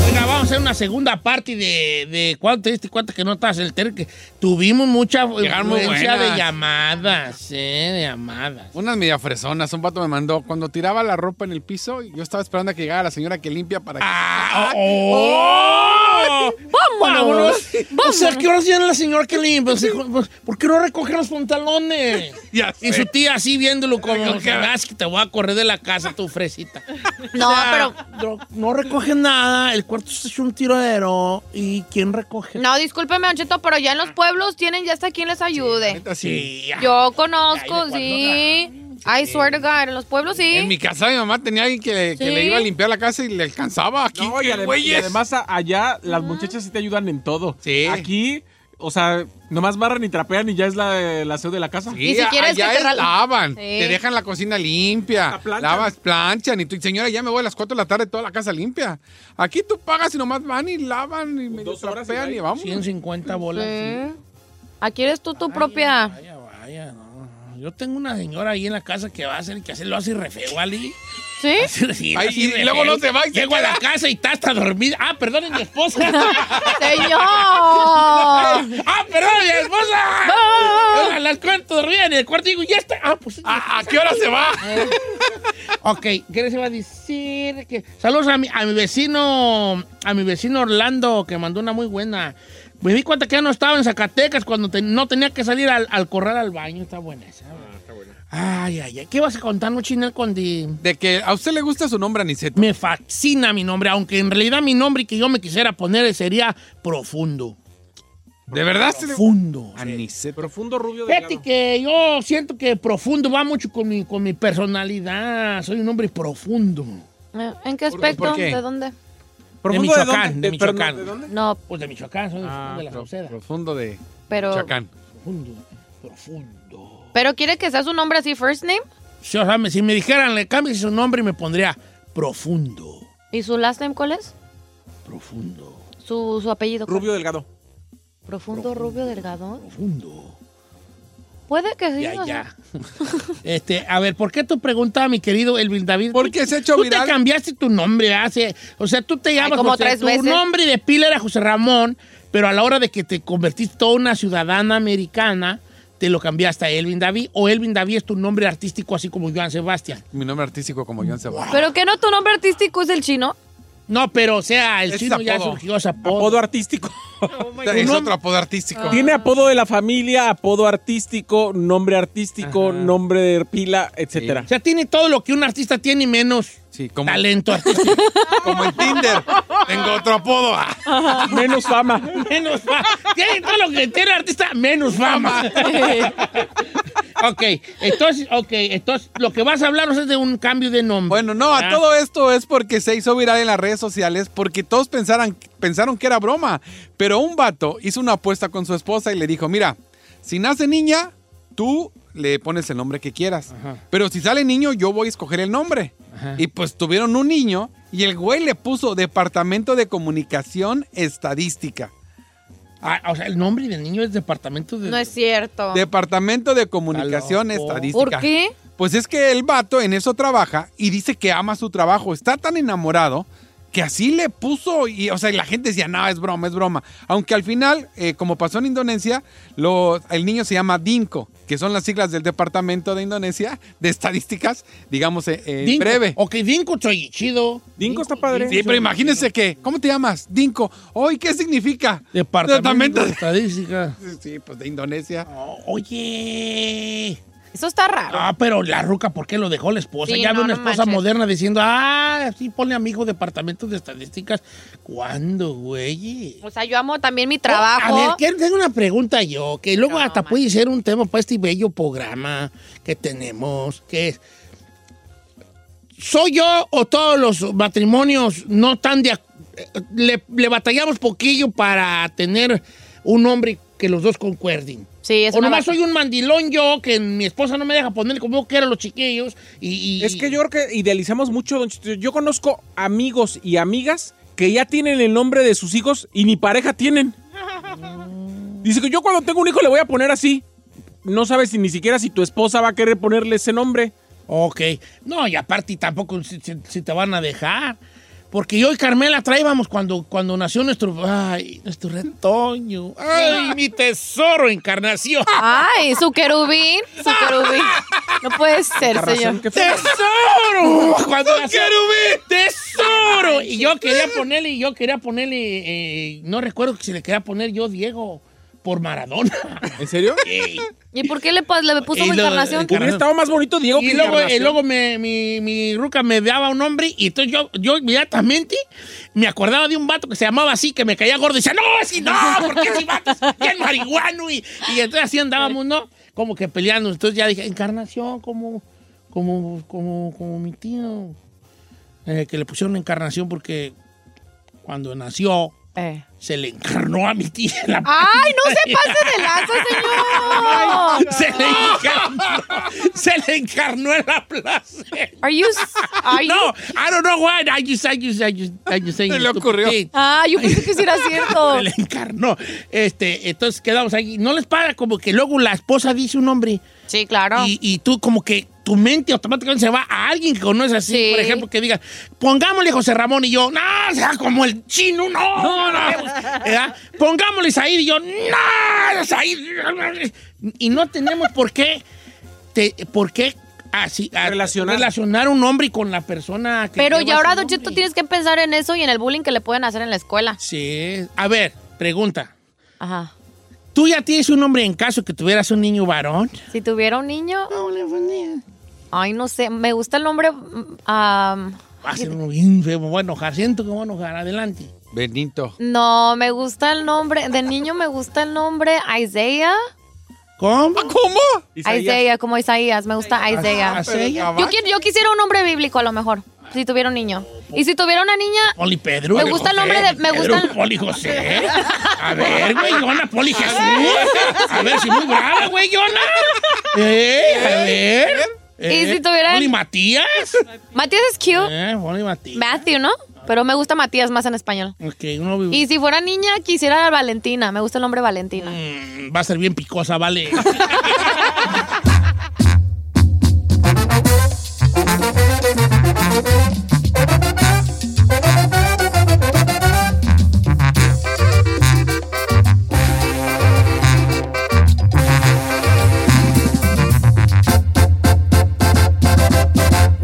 Speaker 1: Venga, vamos a hacer una segunda parte de, de cuánto te diste cuenta que no estabas en el teléfono. que Tuvimos mucha
Speaker 3: Llegaron muy
Speaker 1: influencia de
Speaker 3: buenas.
Speaker 1: llamadas, eh, de llamadas.
Speaker 3: Unas media fresonas. Un vato me mandó. Cuando tiraba la ropa en el piso, yo estaba esperando a que llegara la señora que limpia para que.
Speaker 1: ¡Ah! ¡Oh!
Speaker 2: ¡Vámonos!
Speaker 1: O sea, ¿qué horas viene la señora que limpia? O sea, pues, ¿Por qué no recoge los pantalones?
Speaker 3: *laughs* Ya
Speaker 1: Y
Speaker 3: sé.
Speaker 1: su tía así viéndolo como
Speaker 3: Recoge-
Speaker 1: que "Vas que te voy a correr de la casa, tu
Speaker 2: *laughs*
Speaker 1: fresita.
Speaker 2: No, pero...
Speaker 1: No, no recoge nada, el cuarto es un tiradero. ¿Y quién recoge?
Speaker 2: No, discúlpeme, Don Cheto, pero ya en los pueblos tienen ya hasta quien les ayude.
Speaker 3: Neta, sí.
Speaker 1: Ah. Sí,
Speaker 3: *laughs*
Speaker 1: ya.
Speaker 2: Yo
Speaker 1: Ay,
Speaker 2: conozco,
Speaker 1: de
Speaker 2: sí. I swear to God, en los pueblos
Speaker 3: En mi
Speaker 2: sí.
Speaker 3: casa mi mamá tenía alguien que, que
Speaker 2: Sí.
Speaker 3: le iba a limpiar la casa y le alcanzaba aquí.
Speaker 4: No, y,
Speaker 3: ¡qué
Speaker 4: adem- y
Speaker 3: güeyes!
Speaker 4: además a- allá las muchachas sí te ayudan en todo.
Speaker 3: Sí.
Speaker 4: Aquí, o sea, nomás barran y trapean y ya es la, el aseo de la casa.
Speaker 3: Sí,
Speaker 2: Y si quieres
Speaker 3: allá
Speaker 2: que te
Speaker 3: es
Speaker 2: ral-
Speaker 3: lavan,
Speaker 2: Sí.
Speaker 3: te dejan la cocina limpia,
Speaker 4: La planchan.
Speaker 3: lavas, planchan y tú, señora, ya me voy a las 4 de la tarde toda la casa limpia. Aquí tú pagas y nomás van y lavan y me
Speaker 4: Pues Dos horas y
Speaker 3: trapean
Speaker 4: ya.
Speaker 3: y, vamos.
Speaker 1: 150 bolas. sí.
Speaker 2: Sí. Mm. Aquí eres tú tu propia...
Speaker 1: Vaya, vaya, no. Yo tengo una señora ahí en la casa que va a hacer que hacer- lo hace re
Speaker 3: *laughs*
Speaker 1: feo, Ali.
Speaker 2: ¿Sí?
Speaker 1: *laughs* Sí,
Speaker 3: Ay,
Speaker 1: así
Speaker 3: y
Speaker 1: re
Speaker 3: luego
Speaker 1: feo.
Speaker 3: no se va y se
Speaker 1: Llego a la
Speaker 3: queda.
Speaker 1: casa y está hasta dormida. Ah, perdón, es mi esposa.
Speaker 3: *laughs*
Speaker 2: ¡Señor!
Speaker 1: ah, perdón, es mi esposa.
Speaker 3: Ah.
Speaker 1: Yo la, la cuento dormida en el cuarto y digo, ya está. Ah, pues.
Speaker 3: ¿A, a qué hora se va?
Speaker 1: Ok, ¿qué les iba a decir? Que... Saludos a mi, a mi vecino, a mi vecino Orlando, que mandó una muy buena. Me di cuenta que ya no estaba en Zacatecas cuando te- no tenía que salir al, al corral al baño. Está buena esa. Ay, ay, ay. ¿Qué vas a contar, no, Chinel, con di-
Speaker 3: De que a usted le gusta su nombre, Aniceto.
Speaker 1: Me fascina mi nombre, aunque en realidad mi nombre que yo me quisiera poner sería Profundo.
Speaker 3: ¿De verdad? se le-
Speaker 1: Profundo.
Speaker 3: Anisete.
Speaker 4: Profundo rubio
Speaker 1: Fíjate
Speaker 4: delgado.
Speaker 1: que yo siento que profundo va mucho con mi, con mi personalidad. Soy un hombre profundo.
Speaker 2: Eh, ¿En qué aspecto?
Speaker 3: por qué?
Speaker 2: ¿De dónde?
Speaker 4: ¿Profundo Eh,
Speaker 1: Michoacán, de
Speaker 4: perdón,
Speaker 1: Michoacán.
Speaker 4: ¿De dónde?
Speaker 2: No,
Speaker 1: Pues de Michoacán, soy de-
Speaker 3: Ah,
Speaker 1: de la
Speaker 3: pro-
Speaker 1: Sauceda.
Speaker 3: profundo de
Speaker 2: pero.
Speaker 3: Chacán.
Speaker 1: Profundo, profundo.
Speaker 2: ¿Pero quiere que seas un hombre así, first name?
Speaker 1: Sí, o sea, me- si me dijeran, le cambies su nombre y me pondría profundo,
Speaker 2: ¿Y su last name cuál es?
Speaker 1: profundo,
Speaker 2: Su, su apellido. ¿cuál?
Speaker 4: Rubio delgado.
Speaker 2: Profundo Rubio Delgado.
Speaker 1: profundo.
Speaker 2: Puede que sí.
Speaker 1: Ya,
Speaker 2: no sé.
Speaker 1: ya. *laughs* este, a ver, ¿por qué tú preguntas, mi querido Elvin David?
Speaker 3: ¿Por qué se ha hecho
Speaker 1: Tú
Speaker 3: viral?
Speaker 1: te cambiaste tu nombre hace, o sea, tú te llamas
Speaker 2: como
Speaker 1: José,
Speaker 2: tres
Speaker 1: tu
Speaker 2: veces.
Speaker 1: nombre de pila era José Ramón, pero a la hora de que te convertiste toda una ciudadana americana, te lo cambiaste a Elvin David o Elvin David es tu nombre artístico así como Joan Sebastián.
Speaker 3: Mi nombre artístico como Joan Sebastián.
Speaker 2: ¿Pero que no tu nombre artístico es el chino?
Speaker 1: No, pero o sea, el
Speaker 3: Es
Speaker 1: chino ya
Speaker 3: apodo.
Speaker 1: surgió ese apodo.
Speaker 4: Apodo artístico. Oh
Speaker 3: es otro apodo artístico.
Speaker 4: Tiene apodo de la familia, apodo artístico, nombre artístico, nombre de pila, etcétera.
Speaker 1: O sea, tiene todo lo que un artista tiene y menos
Speaker 3: Sí, como,
Speaker 1: talento artístico. *laughs*
Speaker 3: como en Tinder. Tengo otro apodo. Ah,
Speaker 4: *laughs* Menos fama.
Speaker 1: menos fama. Tiene todo lo que tiene artista, menos fama.
Speaker 3: *laughs*
Speaker 1: ok, entonces, ok, entonces, lo que vas a hablarnos es de un cambio de nombre.
Speaker 3: Bueno, no, a
Speaker 1: Ah.
Speaker 3: todo esto es porque se hizo viral en las redes sociales porque todos pensaran, pensaron que era broma. Pero un vato hizo una apuesta con su esposa y le dijo, mira, si nace niña, tú le pones el nombre que quieras. Pero si sale niño, yo voy a escoger el nombre. Y pues tuvieron un niño y el güey le puso Departamento de Comunicación Estadística.
Speaker 1: Ah, o sea, el nombre del niño es departamento de.
Speaker 2: No es cierto.
Speaker 3: Departamento de Comunicación
Speaker 1: Está loco.
Speaker 3: Estadística.
Speaker 2: ¿Por qué?
Speaker 3: Pues es que el vato en eso trabaja y dice que ama su trabajo. Está tan enamorado que así le puso. Y, o sea, y la gente decía, no, es broma, es broma. Aunque al final, eh, como pasó en Indonesia, lo- el niño se llama DINCO, que son las siglas del Departamento de Indonesia de Estadísticas, digamos, eh, eh, en
Speaker 1: Dinko. Oh,
Speaker 3: breve.
Speaker 1: Ok, Dinko soy chido.
Speaker 4: Dinko está padre.
Speaker 3: Sí, pero imagínense que, ¿cómo te llamas? DINCO. Hoy, ¿qué significa?
Speaker 1: Departamento de
Speaker 3: de-
Speaker 1: estadística.
Speaker 3: Sí, pues de *laughs* Indonesia.
Speaker 1: Oh, oye.
Speaker 2: Eso está raro.
Speaker 1: Ah, pero la ruca, ¿por qué lo dejó la esposa?
Speaker 2: Sí,
Speaker 1: ya
Speaker 2: no,
Speaker 1: veo una
Speaker 2: no
Speaker 1: esposa
Speaker 2: manches.
Speaker 1: moderna diciendo, ah, sí, ponle a mi hijo departamento de estadísticas. ¿Cuándo, güey?
Speaker 2: O sea, yo amo también mi trabajo.
Speaker 1: Ah, A ver, quiero- tengo una pregunta yo, que
Speaker 2: No,
Speaker 1: luego hasta
Speaker 2: man.
Speaker 1: puede ser un tema para este bello programa que tenemos, que es... ¿Soy yo o todos los matrimonios no tan de... ac- eh, Le, le batallamos poquillo para tener un hombre que los dos concuerden?
Speaker 2: Sí, es
Speaker 1: o
Speaker 2: una
Speaker 1: nomás
Speaker 2: vaca.
Speaker 1: soy un mandilón yo, que mi esposa no me deja ponerle como yo quiero a los chiquillos y... y-
Speaker 4: Es que yo creo que idealizamos mucho, don Chito. Yo conozco amigos y amigas que ya tienen el nombre de sus hijos y ni pareja tienen. Dice que yo cuando tengo un hijo le voy a poner así. No sabes si ni siquiera si tu esposa va a querer ponerle ese nombre.
Speaker 1: Ok. No, y aparte tampoco si, si- si te van a dejar. Porque yo y Carmela traíamos cuando, cuando nació nuestro, ay, nuestro retoño.
Speaker 2: *laughs*
Speaker 1: Ay, mi tesoro, encarnación.
Speaker 2: Ay, su querubín. Su querubín. No puede ser, señor.
Speaker 4: ¿Qué fue?
Speaker 1: ¡Tesoro! Cuando nació, ¡Tesoro! Y yo quería ponerle, yo quería ponerle, eh, no recuerdo si le quería poner yo Diego por Maradona.
Speaker 2: *laughs*
Speaker 4: ¿En *laughs* serio?
Speaker 1: Ey.
Speaker 2: ¿Y por qué le, pas- le puso su
Speaker 1: Y lo-
Speaker 2: encarnación?
Speaker 1: Encarnación.
Speaker 4: Hubiera estado más bonito Diego que
Speaker 1: Y luego, y
Speaker 4: Encarnación.
Speaker 1: luego me- mi, mi ruca me daba un nombre y entonces yo, yo inmediatamente me acordaba de un vato que se llamaba así, que me caía gordo y decía, no, si no, porque ese vato es bien marihuano. Y, y entonces así andábamos, ¿no? Como que peleando. Entonces ya dije, encarnación, como, como, como, como mi tío, eh, que le pusieron encarnación porque cuando nació
Speaker 2: Eh.
Speaker 1: se le encarnó a mi tía. en la
Speaker 2: ¡Ay, no se pase de lazo, señor!
Speaker 1: se le encarnó, se le encarnó en la plaza.
Speaker 2: Are you, are you-
Speaker 1: No, I don't know why. I just, I just, I just, I just saying
Speaker 3: Se le
Speaker 1: stupid
Speaker 3: ocurrió.
Speaker 1: thing.
Speaker 2: Ah, yo pensé que sí era cierto.
Speaker 1: Se *laughs* le encarnó. Este, entonces quedamos ahí. No les para como que luego la esposa dice un nombre
Speaker 2: Sí, claro.
Speaker 1: y, y tú como que tu mente automáticamente se va a alguien que conoces así.
Speaker 2: Sí.
Speaker 1: Por ejemplo, que diga, pongámosle José Ramón y yo, no, o sea, como el
Speaker 2: *laughs*
Speaker 1: chino, no, no, no. ¿Verdad? Pongámosle Said y yo, no, Said. Y no tenemos por qué, te- por qué así, a-
Speaker 4: Relacionar.
Speaker 1: relacionar un hombre con la persona que
Speaker 2: Pero
Speaker 1: lleva
Speaker 2: ya ahora,
Speaker 1: ese
Speaker 2: Don Cheto,
Speaker 1: nombre.
Speaker 2: tienes que pensar en eso y en el bullying que le pueden hacer en la escuela.
Speaker 1: Sí. A ver, pregunta.
Speaker 2: Ajá.
Speaker 1: ¿Tú ya tienes un nombre en caso que tuvieras un niño varón?
Speaker 2: Si tuviera un niño. Ay, no sé. Me gusta el nombre. mm, am,
Speaker 1: Va a ser uno bien feo, me voy a enojar. Siento que me voy a enojar. Adelante.
Speaker 3: Benito.
Speaker 2: No, me gusta el nombre. De niño me gusta el nombre Isaiah.
Speaker 1: ¿Cómo?
Speaker 3: ¿Cómo?
Speaker 2: Isaías, como Isaías. Me gusta
Speaker 4: Ah,
Speaker 2: Isaiah.
Speaker 1: Isaiah.
Speaker 2: Yo, quiero- yo quisiera un nombre bíblico a lo mejor, si tuviera un niño. Y si tuviera una niña,
Speaker 1: Poli Pedro.
Speaker 2: Me gusta el nombre de- me gusta el-
Speaker 1: Pedro, Poli José. A ver, güey, Yona, Poli Jesús. A ver, si muy brava, güey, Yona. Eh, a ver.
Speaker 2: ¿Y
Speaker 1: Eh,
Speaker 2: si tuvieran-
Speaker 1: Poli Matías.
Speaker 2: Matías es cute.
Speaker 1: Eh, Poli Matías.
Speaker 2: Matthew, ¿no? Pero me gusta Matías más en español.
Speaker 1: Ok, uno vive-
Speaker 2: Y si fuera niña, quisiera a Valentina. Me gusta el nombre Valentina.
Speaker 1: Mm, va a ser bien
Speaker 2: *laughs*
Speaker 1: picosa, vale.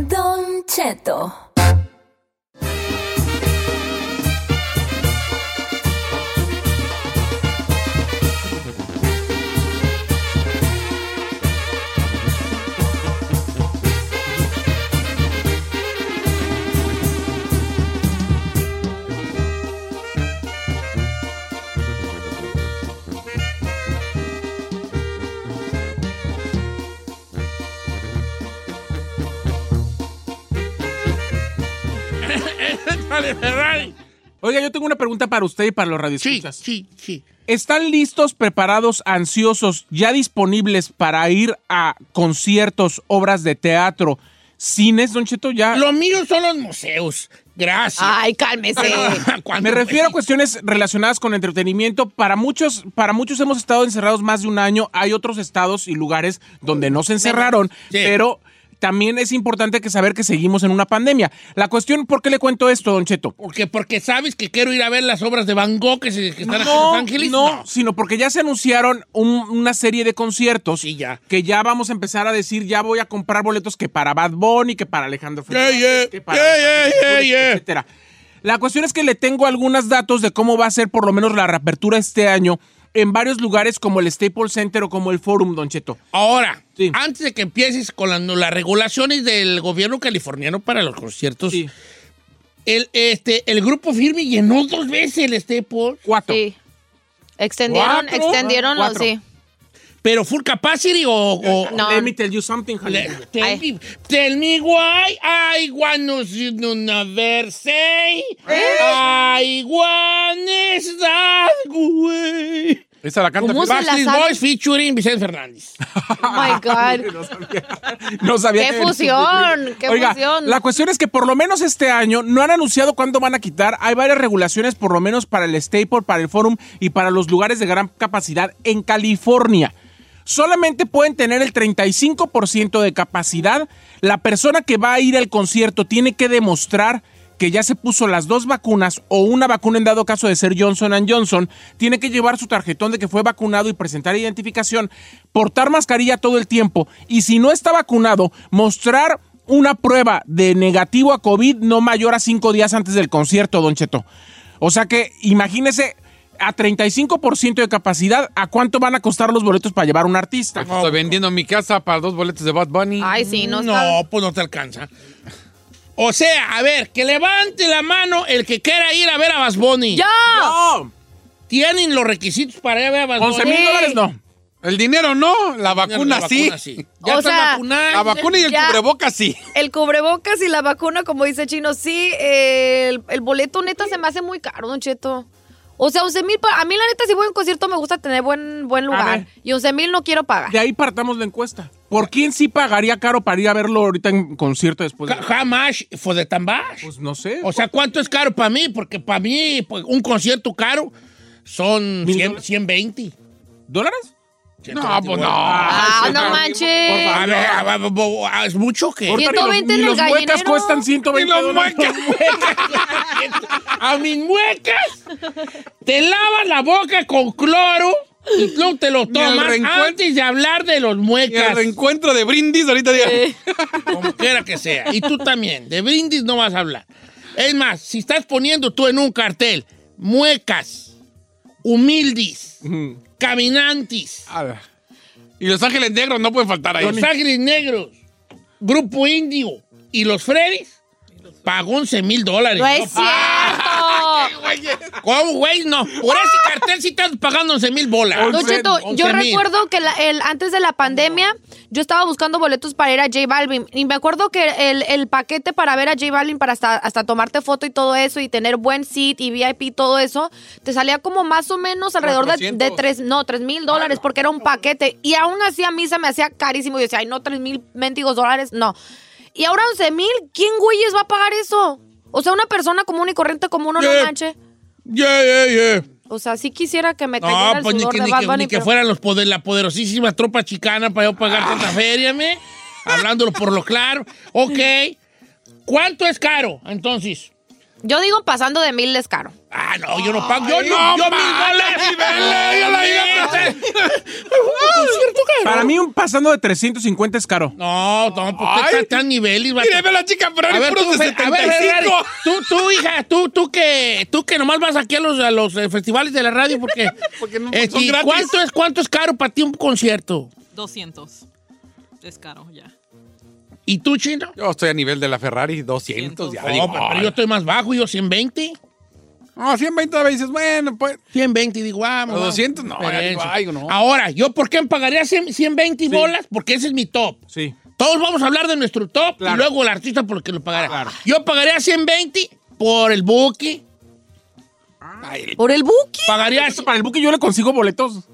Speaker 7: Don Cheto.
Speaker 1: Vale, Ferrari.
Speaker 4: Oiga, yo tengo una pregunta para usted y para los
Speaker 1: Sí,
Speaker 4: radioescuchas.
Speaker 1: sí, sí.
Speaker 4: ¿Están listos, preparados, ansiosos, ya disponibles para ir a conciertos, obras de teatro, cines, Don Cheto? Ya.
Speaker 1: Lo mío son los museos. Gracias. *laughs*
Speaker 2: Ay, cálmese.
Speaker 1: Cuando-
Speaker 4: Me refiero a cuestiones relacionadas con entretenimiento. Para muchos, para muchos hemos estado encerrados más de un año. Hay otros estados y lugares donde no se encerraron,
Speaker 1: Sí.
Speaker 4: pero también es importante que saber que seguimos en una pandemia. La cuestión, ¿por qué le cuento esto, Don Cheto?
Speaker 1: Porque, porque sabes que quiero ir a ver las obras de Van Gogh que, se- que están aquí en
Speaker 4: No,
Speaker 1: Los Ángeles.
Speaker 4: no, sino porque ya se anunciaron un- una serie de conciertos
Speaker 1: Sí, ya.
Speaker 4: que ya vamos a empezar a decir, ya voy a comprar boletos que para Bad Bunny, que para Alejandro Fernández,
Speaker 1: yeah.
Speaker 4: que para
Speaker 1: Yeah, yeah,
Speaker 4: Martin Garrix,
Speaker 1: yeah, yeah.
Speaker 4: etcétera. La cuestión es que le tengo algunos datos de cómo va a ser por lo menos la reapertura este año en varios lugares como el Staples Center o como el Forum, Don Cheto.
Speaker 1: Ahora,
Speaker 4: Sí.
Speaker 1: antes de que empieces con las, las regulaciones del gobierno californiano para los conciertos,
Speaker 4: Sí,
Speaker 1: el, este, el grupo firme llenó dos veces el Staples,
Speaker 4: cuatro.
Speaker 2: Sí. Extendieron,
Speaker 1: Cuatro.
Speaker 2: extendieron los,
Speaker 4: Cuatro.
Speaker 2: sí.
Speaker 1: pero full capacity o... o-
Speaker 2: No.
Speaker 4: Let me tell you something,
Speaker 1: Le-
Speaker 4: Jalil.
Speaker 1: tell,
Speaker 2: Ay.
Speaker 1: me, tell me why I want to say
Speaker 2: ¿Eh?
Speaker 1: I want is that way.
Speaker 3: Esa la canta.
Speaker 2: ¿Cómo se la
Speaker 1: Backstreet
Speaker 2: sabe?
Speaker 1: Boys featuring Vicente Fernández.
Speaker 2: Oh my God.
Speaker 4: *laughs* *laughs* No sabía. No sabía
Speaker 2: ¡Qué
Speaker 4: que-
Speaker 2: fusión! ¡Qué
Speaker 4: Oiga,
Speaker 2: fusión!
Speaker 4: La cuestión es que por lo menos este año no han anunciado cuándo van a quitar. Hay varias regulaciones, por lo menos para el Staple, para el Forum y para los lugares de gran capacidad en California. Solamente pueden tener el 35% de capacidad. La persona que va a ir al concierto tiene que demostrar que ya se puso las dos vacunas o una vacuna en dado caso de ser Johnson Johnson, tiene que llevar su tarjetón de que fue vacunado y presentar identificación, portar mascarilla todo el tiempo y si no está vacunado, mostrar una prueba de negativo a COVID no mayor a cinco días antes del concierto, Don Cheto. O sea que imagínese a 35% de capacidad, ¿a cuánto van a costar los boletos para llevar un artista?
Speaker 3: Estoy vendiendo mi casa para dos boletos de Bad Bunny.
Speaker 2: Ay, sí, no, está-
Speaker 1: No, pues no te alcanza. O sea, a ver, que levante la mano el que quiera ir a ver a Bad Bunny.
Speaker 2: ¡Ya!
Speaker 4: No,
Speaker 1: ¿Tienen los requisitos para ir a ver a Bad Bunny?
Speaker 4: 11 mil dólares no.
Speaker 3: El dinero no, la
Speaker 1: La
Speaker 3: vacuna sí. Ah,
Speaker 1: Ya
Speaker 2: O
Speaker 1: están
Speaker 2: sea,
Speaker 1: vacunadas.
Speaker 3: La vacuna y el
Speaker 2: Ya.
Speaker 3: cubrebocas sí.
Speaker 2: El cubrebocas y la vacuna, como dice Chino, sí. eh, El, el boleto, neta, se me hace muy caro, Don Cheto. O sea, 11 mil. pa- A mí, la neta, si voy a un concierto, me gusta tener buen, buen lugar.
Speaker 4: ver.
Speaker 2: Y 11 mil no quiero pagar.
Speaker 4: De ahí partamos la encuesta. ¿Por quién sí pagaría caro para ir a verlo ahorita en concierto después? de-
Speaker 1: Ca- How much for the tambash?
Speaker 4: Pues no sé.
Speaker 1: O sea, ¿cuánto es caro para mí? Porque para mí pues, un concierto caro son
Speaker 4: ¿Mil
Speaker 1: 100,
Speaker 4: dólares?
Speaker 1: 120.
Speaker 4: ¿Dólares?
Speaker 1: No, pues
Speaker 2: Ah,
Speaker 4: Ay,
Speaker 2: no
Speaker 4: señor.
Speaker 2: manches.
Speaker 4: Por favor.
Speaker 1: A ver, a- a- a- ah, ¿es mucho que?
Speaker 4: Ahorita ni los-
Speaker 2: 120 en
Speaker 4: ni
Speaker 2: el
Speaker 4: los muecas
Speaker 2: gallinero.
Speaker 4: cuestan 120
Speaker 1: los
Speaker 4: dólares.
Speaker 1: muecas. A mis muecas. Te lavas la boca con cloro y luego te lo
Speaker 3: Ni al
Speaker 1: tomas
Speaker 3: reencuentro.
Speaker 1: antes de hablar de los
Speaker 3: Y el
Speaker 1: muecas.
Speaker 3: reencuentro de brindis ahorita diga.
Speaker 1: Como quiera que sea. Y tú también. De brindis no vas a hablar. Es más, si estás poniendo tú en un cartel muecas, humildis, caminantes,
Speaker 3: A ver. Y Los Ángeles Negros no puede faltar ahí.
Speaker 1: los ángeles negros, grupo indio y los Freddy's, pagó 11 mil dólares.
Speaker 2: ¡No es cierto!
Speaker 1: *laughs* ¿Cómo, güey? No. Por ese cartel sí estás pagando 11 mil bolas.
Speaker 2: Don Cheto, yo
Speaker 1: 11,000.
Speaker 2: recuerdo que la- el, antes de la pandemia yo estaba buscando boletos para ir a J Balvin y me acuerdo que el, el paquete para ver a J Balvin, para hasta, hasta tomarte foto y todo eso y tener buen seat y VIP y todo eso, te salía como más o menos alrededor de, de
Speaker 4: 400.
Speaker 2: tres, no, tres mil dólares porque era un paquete y aún así a mí se me hacía carísimo. Yo decía, ay no, tres mil mendigos dólares, no. Y ahora 11 mil, ¿quién güeyes va a pagar eso? O sea, una persona común y corriente como uno
Speaker 1: Yeah.
Speaker 2: no manche.
Speaker 1: Yeah, yeah, yeah.
Speaker 2: O sea, sí quisiera que me cayera
Speaker 1: No,
Speaker 2: el
Speaker 1: pues ni
Speaker 2: sudor
Speaker 1: que,
Speaker 2: de
Speaker 1: ni
Speaker 2: Bad
Speaker 1: que-
Speaker 2: Bunny,
Speaker 1: ni que
Speaker 2: pero-
Speaker 1: fueran los poder, la poderosísima tropa chicana para yo pagar tanta feria, me. Hablándolo por lo claro. Ok. ¿Cuánto es caro, entonces?
Speaker 2: Yo digo pasando de mil es caro.
Speaker 1: Ah, no, yo no pago. Yo no, yo mil dólares. Yo la *laughs*
Speaker 4: Para mí, un pasando de 350 es caro.
Speaker 1: No, no, pues usted está a niveles. vato.
Speaker 3: Míreme la chica, pero
Speaker 1: A ver, tú, Fer- a ver, Ferrari, tú, tú, hija, tú, tú que, tú que nomás vas aquí a los, a los eh, festivales de la radio
Speaker 3: *laughs*
Speaker 1: porque, Este,
Speaker 3: son
Speaker 1: ¿y
Speaker 3: gratis.
Speaker 1: ¿cuánto es, cuánto es caro para ti un concierto?
Speaker 7: 200. Es caro, ya.
Speaker 1: ¿Y tú, Chino?
Speaker 3: Yo estoy a nivel de la Ferrari, 200. Ya
Speaker 1: No,
Speaker 3: digo,
Speaker 1: pero, pero yo estoy más bajo, yo 120.
Speaker 3: No, 120 veces, bueno, pues.
Speaker 1: 120, digo, ah,
Speaker 3: Pero
Speaker 1: mamá,
Speaker 3: 200, no, ya digo,
Speaker 1: eso.
Speaker 3: ay, no.
Speaker 1: Ahora, ¿yo por qué me pagaría 100, 120 bolas? Porque ese es mi top.
Speaker 4: Sí.
Speaker 1: Todos vamos a hablar de nuestro top y
Speaker 4: Claro.
Speaker 1: luego el artista por el que lo pagará.
Speaker 4: Claro.
Speaker 1: Yo pagaría 120 por el buque.
Speaker 2: Eh, ¿Por el buki?
Speaker 1: Pagaría
Speaker 4: Para el buque yo le consigo boletos.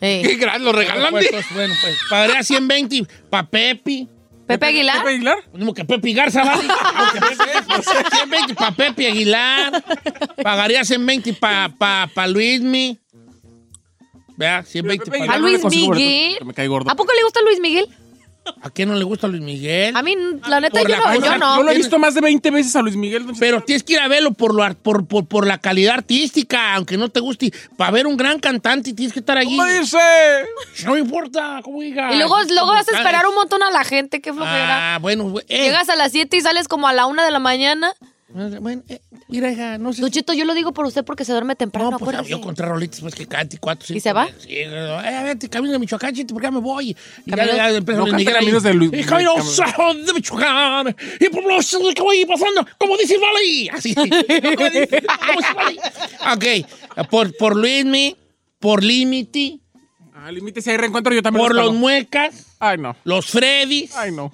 Speaker 3: Qué gran, lo
Speaker 1: Bueno,
Speaker 3: regalan.
Speaker 1: pues,
Speaker 3: de-
Speaker 1: entonces, bueno, pues, pagaría 120 para Pepe.
Speaker 2: Pepe Aguilar.
Speaker 4: ¿Pepe Aguilar?
Speaker 1: Como que Pepe Garza, ¿vale? Como que Pepe- 120 para Pepe Aguilar. Pagaría 120 para pa, pa Luismi. Vea, 120
Speaker 4: Pepe
Speaker 1: para
Speaker 2: ¿A
Speaker 4: Aguilar no
Speaker 2: Luis
Speaker 4: le consigo boletos,
Speaker 2: Miguel?
Speaker 4: que Me cae gordo.
Speaker 2: ¿A poco le gusta Luis Miguel?
Speaker 1: ¿A quién no le gusta Luis Miguel?
Speaker 2: A mí, la neta,
Speaker 1: Por
Speaker 2: yo,
Speaker 1: la
Speaker 2: no,
Speaker 1: cosa-
Speaker 2: yo no.
Speaker 4: Yo lo he visto más de 20 veces a Luis Miguel. don Cheto.
Speaker 1: Pero tienes que ir a verlo por, lo ar- por, por, por la calidad artística, aunque no te guste. Para ver un gran cantante tienes que estar allí.
Speaker 4: ¿Cómo dice?
Speaker 1: No importa, como diga.
Speaker 2: Y luego, luego vas a esperar un
Speaker 1: momento.
Speaker 2: montón a la gente, qué flojera.
Speaker 1: Ah, bueno, güey, eh,
Speaker 2: Llegas a las 7 y sales como a la 1 de la mañana.
Speaker 1: bueno, eh, mira, hija, no sé.
Speaker 2: Don Cheto, yo lo digo por usted porque se duerme temprano.
Speaker 1: No, pues
Speaker 2: acuérdese.
Speaker 1: yo contra Rolitos, pues que cante cuatro.
Speaker 2: ¿Y se va?
Speaker 1: Sí, eh, a ver, te camino de Michoacán, chiste, porque ya me voy. Y ya,
Speaker 2: Caminos-
Speaker 1: ya empieza
Speaker 4: No
Speaker 1: Luis
Speaker 4: canta
Speaker 1: Miguel ahí.
Speaker 4: Caminos de Luis-
Speaker 1: Y camino
Speaker 4: Caminos.
Speaker 1: sajo de Michoacán, y por los que voy pasando, como dice
Speaker 2: *laughs*
Speaker 1: Valley. Así, como dice como dice Valley. Ok, por, por Luismi, por Limity,
Speaker 4: Ah, límite si hay reencuentro, yo también
Speaker 1: por
Speaker 4: los
Speaker 1: los
Speaker 4: pago.
Speaker 1: Muecas,
Speaker 4: Ay, no.
Speaker 1: los Freddys,
Speaker 4: Ay, no.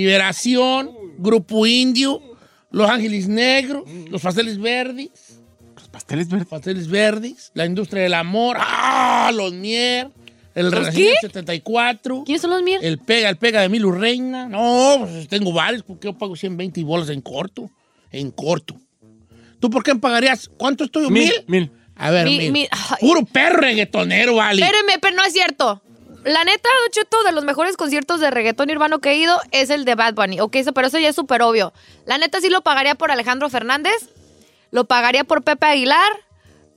Speaker 1: Liberación, Grupo Indio, Los Ángeles Negros, Los Pasteles Verdes.
Speaker 4: Los pasteles verdes.
Speaker 1: Pasteles Verdes, la industria del amor, ¡ah! Los Mier, el Renacimiento 74,
Speaker 2: ¿Quiénes son los míos?
Speaker 1: el Pega, el Pega de Milu Reina. No, pues tengo varios, porque yo pago 120 bolas en corto. En corto. ¿Tú por qué me pagarías? ¿Cuánto estoy? ¿Mil?
Speaker 4: Mil, mil.
Speaker 1: A ver,
Speaker 2: Mi-
Speaker 1: mil.
Speaker 2: mi- ay.
Speaker 1: Puro perro reggaetonero, vale.
Speaker 2: Espéreme, pero no es cierto. La neta, Don Cheto, de los mejores conciertos de reggaetón urbano que he ido es el de Bad Bunny. Ok, eso- pero eso ya es súper obvio. La neta, sí lo pagaría por Alejandro Fernández, lo pagaría por Pepe Aguilar,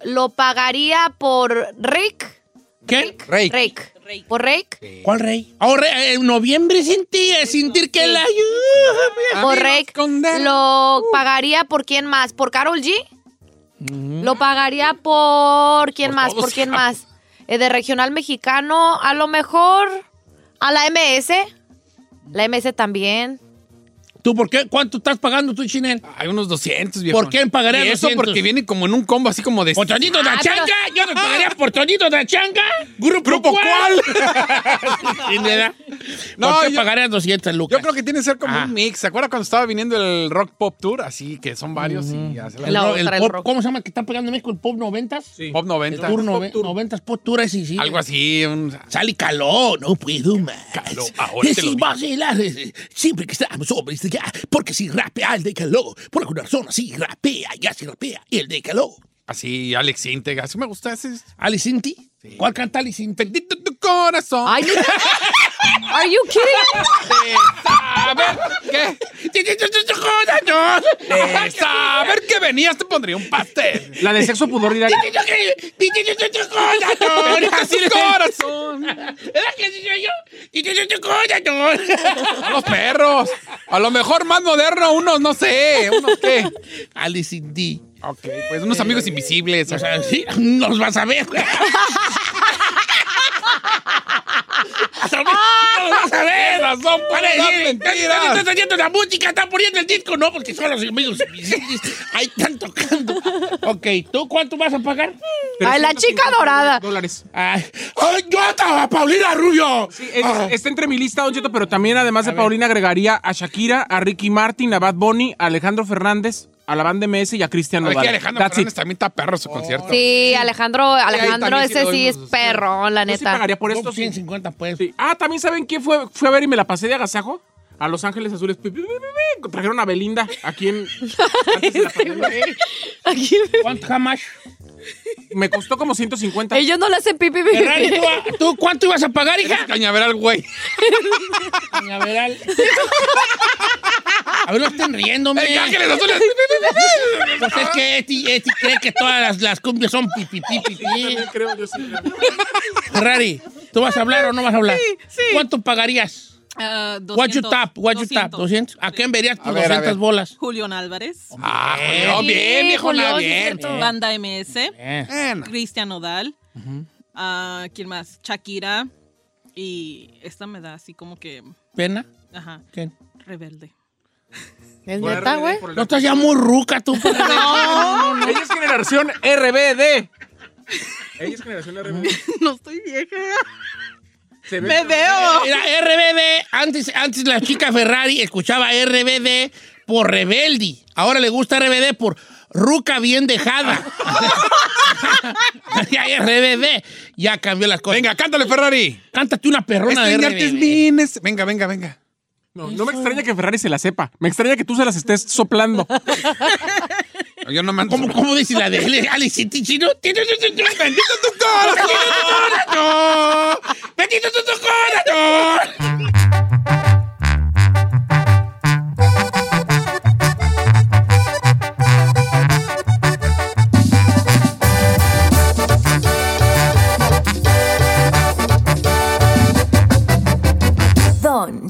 Speaker 2: lo pagaría por Rick.
Speaker 1: ¿Qué?
Speaker 3: Rey.
Speaker 2: Rick. Por Rick.
Speaker 1: ¿Cuál rey? Oh, rey, eh, en noviembre sentí, eh, sentir que la...
Speaker 2: Por Rick.
Speaker 3: condena.
Speaker 2: Lo pagaría por quién más? Por Carol G. Lo pagaría por quién más? Por quién más? Eh, de regional mexicano, a lo mejor a la MS. La MS también.
Speaker 1: ¿Tú por qué? ¿Cuánto estás pagando tú, Chinel?
Speaker 3: Hay unos 200, viejo.
Speaker 1: ¿Por qué pagaría
Speaker 3: Y eso
Speaker 1: 200?
Speaker 3: porque viene como en un combo así como de...
Speaker 1: ¿Por Tonito
Speaker 3: Ah,
Speaker 1: da Changa? Yo
Speaker 3: *laughs*
Speaker 1: no pagaría por Tonito da Changa. ¿Grupo,
Speaker 3: ¿Grupo cuál? *laughs*
Speaker 1: Sí, ¿verdad?
Speaker 3: No,
Speaker 1: ¿Por qué
Speaker 3: yo-
Speaker 1: pagarías 200 lucas?
Speaker 3: Yo creo que tiene que ser como
Speaker 1: Ah.
Speaker 3: un mix. ¿Se acuerda cuando estaba viniendo el Rock Pop Tour? Así que son varios
Speaker 4: Mm.
Speaker 3: y hace la...
Speaker 1: el,
Speaker 2: La
Speaker 1: ro-
Speaker 2: otra,
Speaker 1: el
Speaker 2: el
Speaker 1: pop,
Speaker 2: rock.
Speaker 1: ¿Cómo se llama que está pegando en México? ¿El Pop 90? Sí.
Speaker 3: Pop
Speaker 1: El
Speaker 3: 90.
Speaker 1: Tour 90, Pop Tour, sí, sí.
Speaker 3: Algo así, un...
Speaker 1: Sale calor, no puedo más.
Speaker 3: Calor, ahora te lo
Speaker 1: Sin
Speaker 3: digo.
Speaker 1: vacilar, eh, siempre que estamos sobre este ya, porque si rapea el de calor, por alguna razón así rapea, ya si rapea el de calor.
Speaker 3: Así, Alex Integ. Así me gusta ese...
Speaker 1: ¿Alicinti? ¿Cuál canta Alicinti?
Speaker 3: Bendito tu corazón.
Speaker 2: Ay, no. Are you
Speaker 1: *laughs*
Speaker 2: kidding?
Speaker 3: A ver, ¿qué?
Speaker 1: Eh,
Speaker 3: De *laughs* saber que venías te pondría un pastel.
Speaker 4: La de sexo
Speaker 2: *laughs*
Speaker 4: pudor dirá.
Speaker 3: Así tu corazón.
Speaker 1: ¿Era que sí soy yo? Y yo soy tu corazón.
Speaker 3: A los perros. A lo mejor más moderno, unos, no sé. ¿Unos qué?
Speaker 1: Alice in D.
Speaker 3: Ok, pues unos amigos invisibles.
Speaker 1: O sea, sí, nos vas a ver. ¡No lo vas a ver!
Speaker 3: razón, pues,
Speaker 1: Para
Speaker 3: no
Speaker 1: decir,
Speaker 3: mentiras.
Speaker 1: están- están haciendo la música, están poniendo el disco. No, porque son los amigos. Ahí están tocando. Ok, ¿tú cuánto vas a pagar?
Speaker 2: Ay, la chica
Speaker 4: 350
Speaker 2: dorada.
Speaker 4: Dólares.
Speaker 1: Ay, ay, yo hasta a Paulina Rubio.
Speaker 4: Sí, es-
Speaker 1: Ah.
Speaker 4: está entre mi lista, Don Cheto, pero también además de Paulina agregaría a Shakira, a Ricky Martin, a Bad Bunny, a Alejandro Fernández, a la banda MS y a Cristian
Speaker 3: Es que
Speaker 4: Nodal.
Speaker 3: Alejandro
Speaker 4: That's it.
Speaker 3: Fernández también está perro
Speaker 4: Oh.
Speaker 3: su concierto.
Speaker 2: Sí, Alejandro, Alejandro,
Speaker 3: también sí
Speaker 2: ese
Speaker 3: doy
Speaker 2: sí es
Speaker 3: unos-
Speaker 2: perrón, la
Speaker 4: Yo sí
Speaker 2: neta.
Speaker 4: pagaría por esto.
Speaker 1: Son
Speaker 4: sí.
Speaker 1: 150 pesos.
Speaker 4: Sí. Ah, también saben quién fue, fue a ver y me la pasé de agasajo. A Los Ángeles Azules. Pi, pi, pi, pi, pi. Trajeron a Belinda. Aquí en. antes de la pandemia.
Speaker 2: Aquí-
Speaker 1: ¿Cuánto jamás?
Speaker 4: Me costó como 150.
Speaker 2: Ellos no le hacen pipi. pipi.
Speaker 3: *laughs*
Speaker 1: Ferrari, ¿tú, a- ¿tú cuánto ibas a pagar, hija?
Speaker 3: Cañaveral, güey.
Speaker 1: Cañaveral. A ver, no estén riéndome.
Speaker 3: El Ángeles Azules.
Speaker 1: Pues es que Eti, Eti cree que todas las, las cumbias son pipi, pipi, pipi.
Speaker 4: Yo creo, yo sí.
Speaker 1: Ferrari, ¿tú vas a hablar o no vas a hablar?
Speaker 7: Sí, sí.
Speaker 1: ¿Cuánto pagarías?
Speaker 7: Ah, 200,
Speaker 1: What you tap, what you tap, 200. ¿A
Speaker 7: Sí.
Speaker 1: quién verías tus
Speaker 3: A ver, a
Speaker 1: 200
Speaker 3: ver.
Speaker 1: bolas?
Speaker 7: Julián Álvarez,
Speaker 3: Ah, Julio, bien,
Speaker 2: Sí,
Speaker 3: hijo,
Speaker 2: Julio, sí,
Speaker 3: bien.
Speaker 2: cierto.
Speaker 7: Banda MS,
Speaker 1: Eh.
Speaker 3: Bien.
Speaker 7: Cristian Odal, ¿quién más? Shakira. Y esta me da así como que.
Speaker 1: ¿Pena?
Speaker 7: Ajá,
Speaker 1: ¿Quién?
Speaker 7: rebelde.
Speaker 2: Es neta, güey.
Speaker 1: No estás ya muy ruca
Speaker 7: *laughs*
Speaker 1: tú. pues.
Speaker 4: Ella es generación RBD. Ella es generación RBD.
Speaker 7: no estoy vieja.
Speaker 4: Se ve.
Speaker 7: ¡Me veo!
Speaker 1: Era RBD, antes, antes la chica Ferrari escuchaba RBD por rebeldi. Ahora le gusta RBD por ruca bien dejada. *laughs* ya hay RBD. Ya cambió las cosas.
Speaker 3: Venga, cántale, Ferrari.
Speaker 1: Cántate una perrona
Speaker 3: Este
Speaker 1: de
Speaker 3: arte es
Speaker 1: RBD.
Speaker 3: bien, es- Venga, venga, venga.
Speaker 4: No, no me extraña que Ferrari se la sepa. Me extraña que tú se las estés soplando.
Speaker 3: *laughs* Yo no mando.
Speaker 1: ¿Cómo, ¿Cómo dice la de Alice Chino? ¡Bendito tu corazón! ¡Bendito tu corazón!
Speaker 8: Don